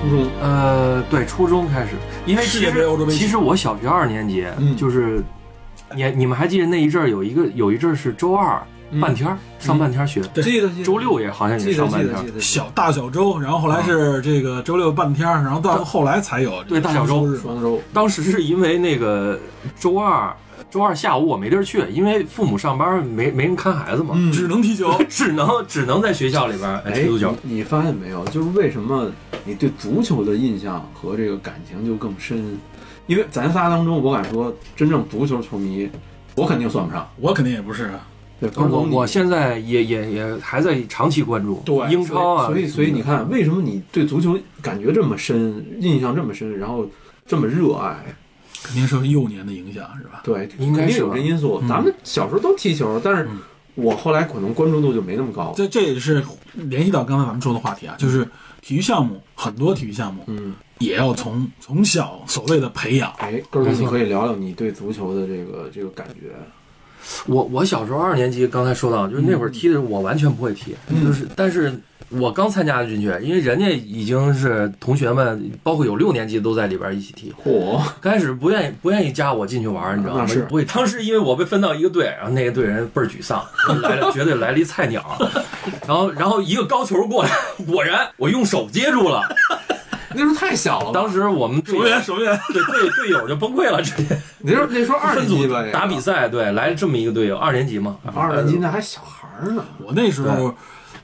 Speaker 3: 初中，
Speaker 1: 呃，对，初中开始，因为
Speaker 2: 世
Speaker 1: 其
Speaker 2: 界杯欧洲
Speaker 1: 实
Speaker 2: 杯
Speaker 1: 其实我小学二年级，
Speaker 3: 嗯
Speaker 1: 就是你你们还记得那一阵儿有一个有一阵儿是周二
Speaker 2: 嗯
Speaker 4: 半天儿上半天儿学，
Speaker 2: 对
Speaker 3: 记得记得
Speaker 4: 周六也好像也
Speaker 3: 记得
Speaker 4: 上
Speaker 3: 记
Speaker 4: 半
Speaker 3: 得
Speaker 4: 天儿
Speaker 3: 记。得记
Speaker 2: 小大小周，然后后来是这个周六半天儿，然后到后来才有
Speaker 4: 啊对大小周
Speaker 2: 周
Speaker 3: 得双周
Speaker 4: 当时是因为那个周二，周二下午我没地儿去，因为父母上班没没人看孩子嘛，
Speaker 2: 只能踢球。
Speaker 4: 只能只能在学校里边儿哎
Speaker 3: 嗯哎
Speaker 4: 踢足球。，
Speaker 3: 你你发现没有？就是为什么你对足球的印象和这个感情就更深？因为咱仨当中，我敢说，真正足球球迷，我肯定算不上。
Speaker 2: 我肯定也不是啊，
Speaker 3: 对，
Speaker 4: 我
Speaker 3: 光光你
Speaker 4: 我现在也也也还在长期关注
Speaker 2: 对
Speaker 4: 英超啊，
Speaker 3: 所以所以你看，为什么你对足球感觉这么深，印象这么深，然后这么热爱？
Speaker 2: 肯定受幼年的影响是吧？
Speaker 3: 对，
Speaker 4: 应该
Speaker 3: 肯定
Speaker 4: 是
Speaker 3: 有
Speaker 4: 吧
Speaker 3: 这因素。咱们小时候都踢球，但是我后来可能关注度就没那么高。
Speaker 2: 这这也是联系到刚才咱们说的话题啊，就是体育项目，很多体育项目
Speaker 3: 嗯，
Speaker 2: 也要从从小所谓的培养。
Speaker 3: 哎，哥们儿，
Speaker 4: 没错
Speaker 3: 你可以聊聊你对足球的这个这个感觉。
Speaker 4: 我我小时候二年级，刚才说到，就是
Speaker 3: 嗯
Speaker 4: 那会儿踢的时候，我完全不会踢，就是但是我刚参加进去，因为人家已经是同学们，包括有六年级都在里边一起踢。
Speaker 3: 嚯，
Speaker 4: 刚开始不愿意不愿意加我进去玩儿，你知道吗？
Speaker 3: 那是
Speaker 4: 不会。当时因为我被分到一个队，然后那个队人倍儿沮丧，来了绝对来了一菜鸟，然后然后一个高球过来，果然我用手接住了。
Speaker 3: 那时候太小了吧，
Speaker 4: 当时我们队
Speaker 2: 守门员，守门员，
Speaker 4: 对队队友就崩溃了，直接
Speaker 3: 那时候那时候二
Speaker 4: 分
Speaker 3: 年
Speaker 4: 组
Speaker 3: 级吧，也
Speaker 4: 打比赛，对，来了这么一个队友，二年级嘛，
Speaker 3: 二年级那还小孩儿呢。
Speaker 2: 我那时候，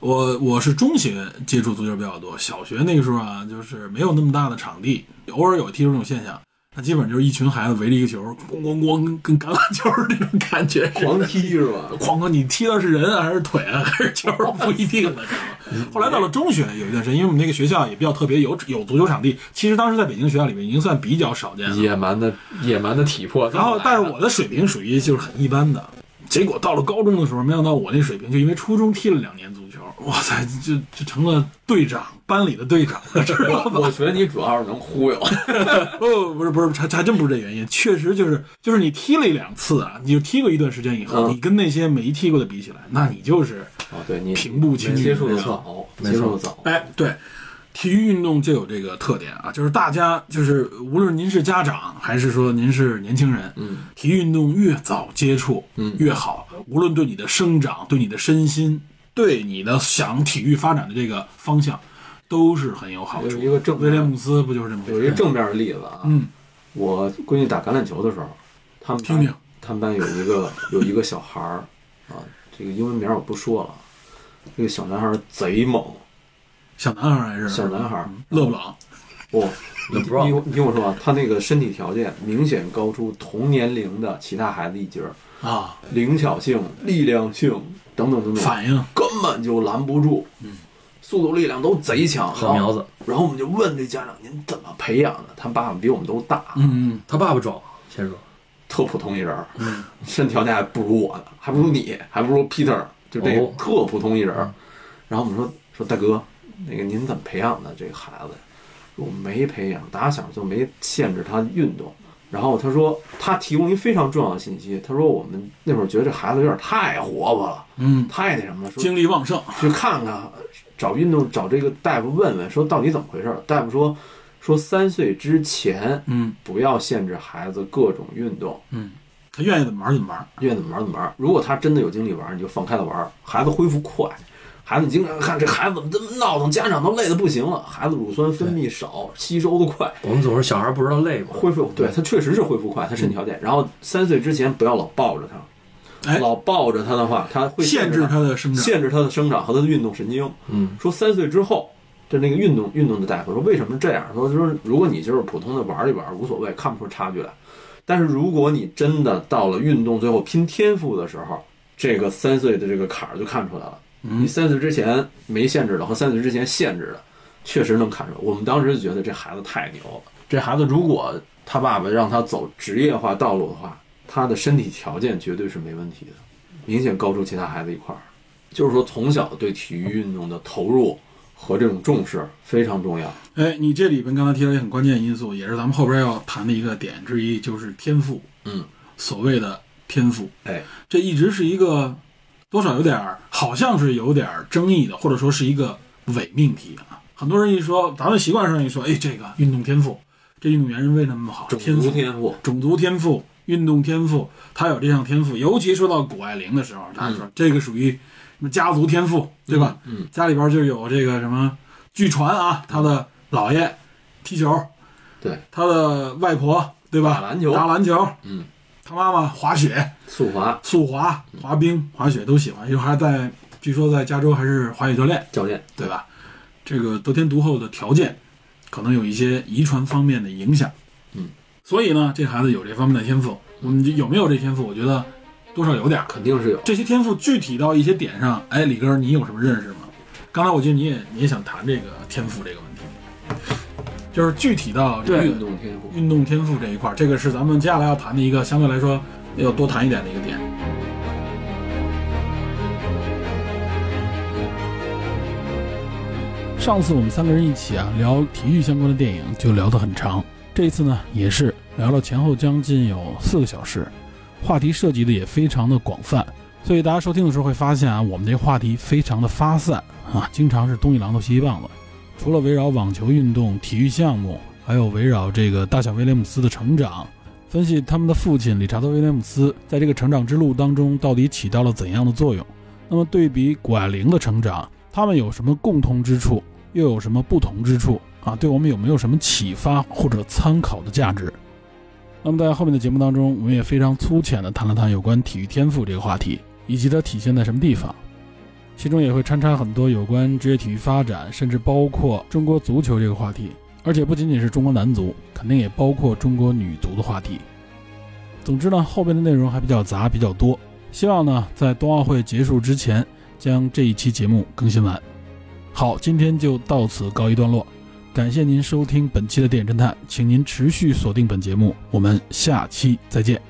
Speaker 2: 我我是中学接触足球比较多，小学那个时候啊，就是没有那么大的场地，偶尔有踢出这种现象。那基本就是一群孩子围着一个球，咣咣咣，跟橄榄球那种感觉似的。
Speaker 3: 狂踢是吧？
Speaker 2: 哐哐，呃你踢的是人啊还是腿啊还是球儿不一定的，知道 吗？后来到了中学有一段时间，因为我们那个学校也比较特别，有有足球场地。其实当时在北京学校里面已经算比较少见了，
Speaker 5: 野蛮的野蛮的体魄。
Speaker 2: 然后，但是我的水平属于就是很一般的。结果到了高中的时候，没想到我那水平，就因为初中踢了两年足球，哇塞，就就成了队长，班里的队长，知 道吧？
Speaker 3: 我觉得你主要是能忽悠，
Speaker 2: 哦，不是不是，还还真不是这原因，确实就是就是你踢了一两次啊，你就踢过一段时间以后，
Speaker 3: 嗯
Speaker 2: 你跟那些没踢过的比起来，那你就是
Speaker 3: 啊，对你
Speaker 2: 平步青云，
Speaker 3: 接触的
Speaker 2: 对吧
Speaker 3: 早，
Speaker 4: 没错
Speaker 3: 接触的早，
Speaker 2: 哎，对，体育运动就有这个特点啊，就是大家就是无论您是家长还是说您是年轻人，嗯，体育运动越早接触，嗯，越好，无论对你的生长、对你的身心、对你的想体育发展的这个方向，都是很有好
Speaker 3: 有
Speaker 2: 处。
Speaker 3: 一个正
Speaker 2: 威廉姆斯不就是这么回
Speaker 3: 有
Speaker 2: 事？
Speaker 3: 一个正面的例子啊。
Speaker 2: 嗯，
Speaker 3: 我闺女打橄榄球的时候，他们班
Speaker 2: 听听
Speaker 3: 他们班有一个有一个小孩儿啊，这个英文名儿我不说了，这个小男孩儿贼猛，
Speaker 2: 小男孩还是
Speaker 3: 小男孩儿
Speaker 2: 勒布朗，
Speaker 3: 不，你
Speaker 4: 不知道
Speaker 3: 你你听我说啊，他那个身体条件明显高出同年龄的其他孩子一截儿，
Speaker 2: 啊，
Speaker 3: 灵巧性、力量性等等等等，
Speaker 2: 反应
Speaker 3: 根本就拦不住，嗯，速度力量都贼强，
Speaker 4: 好苗子。
Speaker 3: 然后。然后我们就问这家长您怎么培养的？他爸爸比我们都大，
Speaker 2: 嗯，
Speaker 4: 他爸爸壮，先说
Speaker 3: 特普通一人，嗯，身条件还不如我呢，还不如你，还不如 Peter，就这个
Speaker 4: 哦
Speaker 3: 特普通一人。然后我们说说大哥，那个您怎么培养的这个孩子？我没培养，打小就没限制他运动。然后他说，他提供一非常重要的信息。他说，我们那会儿觉得这孩子有点太活泼了，
Speaker 2: 嗯，
Speaker 3: 太那什么了，说
Speaker 2: 精力旺盛，
Speaker 3: 去看看，找运动找这个大夫问问，说到底怎么回事儿。大夫说，说三岁之前
Speaker 2: 嗯
Speaker 3: 不要限制孩子各种运动，
Speaker 2: 嗯，他愿意怎么玩怎么玩，
Speaker 3: 愿意怎么玩怎么玩。如果他真的有精力玩，你就放开了玩。孩子恢复快，孩子你经常看这孩子怎么这么闹腾，家长都累得不行了。孩子乳酸分泌少，吸收的快，
Speaker 4: 我们总是小孩不知道累嘛，
Speaker 3: 恢复对他确实是恢复快，他身体条件。然后三岁之前不要老抱着他，
Speaker 2: 哎
Speaker 3: 老抱着他的话，他会
Speaker 2: 限制他的生长。
Speaker 3: 限制他的生长和他的运动神经。
Speaker 4: 嗯，
Speaker 3: 说三岁之后。这那个运动运动的大夫说，为什么这样？说说如果你就是普通的玩一玩无所谓，看不出差距来。但是如果你真的到了运动最后拼天赋的时候，这个三岁的这个坎儿就看出来了。
Speaker 2: 嗯
Speaker 3: 你三岁之前没限制的和三岁之前限制的，确实能看出来。我们当时就觉得这孩子太牛了。这孩子如果他爸爸让他走职业化道路的话，他的身体条件绝对是没问题的，明显高出其他孩子一块儿。就是说，从小对体育运动的投入和这种重视非常重要。
Speaker 2: 哎，你这里边刚才提到一个很关键的因素，也是咱们后边要谈的一个点之一，就是天赋。
Speaker 3: 嗯，
Speaker 2: 所谓的天赋，
Speaker 3: 哎，
Speaker 2: 这一直是一个多少有点儿，好像是有点儿争议的，或者说是一个伪命题啊。很多人一说，咱们习惯上一说，哎，这个运动天赋，这运动员人为什么那么好？
Speaker 3: 种
Speaker 2: 天赋
Speaker 3: 族，天赋，
Speaker 2: 种族天赋，运动天赋，他有这项天赋。尤其说到谷爱凌的时候，他说这个属于什么家族天赋，对吧？
Speaker 4: 嗯，
Speaker 2: 家里边就有这个什么，据传啊，他的姥爷踢球，
Speaker 4: 对，
Speaker 2: 他的外婆对吧？
Speaker 4: 打篮球
Speaker 2: 打篮球，
Speaker 4: 嗯，
Speaker 2: 他妈妈滑雪、
Speaker 4: 速滑
Speaker 2: 速滑、滑冰、滑雪都喜欢，因为还在据说在加州还是滑雪教练。
Speaker 4: 教练，
Speaker 2: 对吧？这个得天独厚的条件，可能有一些遗传方面的影响。
Speaker 4: 嗯，
Speaker 2: 所以呢，这孩子有这方面的天赋。我们有没有这天赋？我觉得多少有点儿。
Speaker 4: 肯定是有。
Speaker 2: 这些天赋具体到一些点上，哎，李哥，你有什么认识吗？刚才我记得你也你也想谈这个天赋这个问题，就是具体到这个
Speaker 4: 运动天赋，
Speaker 2: 运动天赋这一块儿，这个是咱们接下来要谈的一个相对来说要多谈一点的一个点。上次我们三个人一起啊聊体育相关的电影，就聊得很长。这一次呢，也是聊了前后将近有四个小时，话题涉及的也非常的广泛，所以大家收听的时候会发现啊，我们这话题非常的发散啊，经常是东一榔头西一棒子。除了围绕网球运动、体育项目，还有围绕这个大小威廉姆斯的成长，分析他们的父亲理查德·威廉姆斯在这个成长之路当中到底起到了怎样的作用。那么对比谷爱凌的成长，他们有什么共同之处，又有什么不同之处啊？对我们有没有什么启发或者参考的价值？那么在后面的节目当中，我们也非常粗浅的谈了谈有关体育天赋这个话题，以及它体现在什么地方。其中也会穿插很多有关职业体育发展，甚至包括中国足球这个话题，而且不仅仅是中国男足，肯定也包括中国女足的话题。总之呢，后边的内容还比较杂，比较多。希望呢，在冬奥会结束之前，将这一期节目更新完。好，今天就到此告一段落，感谢您收听本期的电影侦探，请您持续锁定本节目，我们下期再见。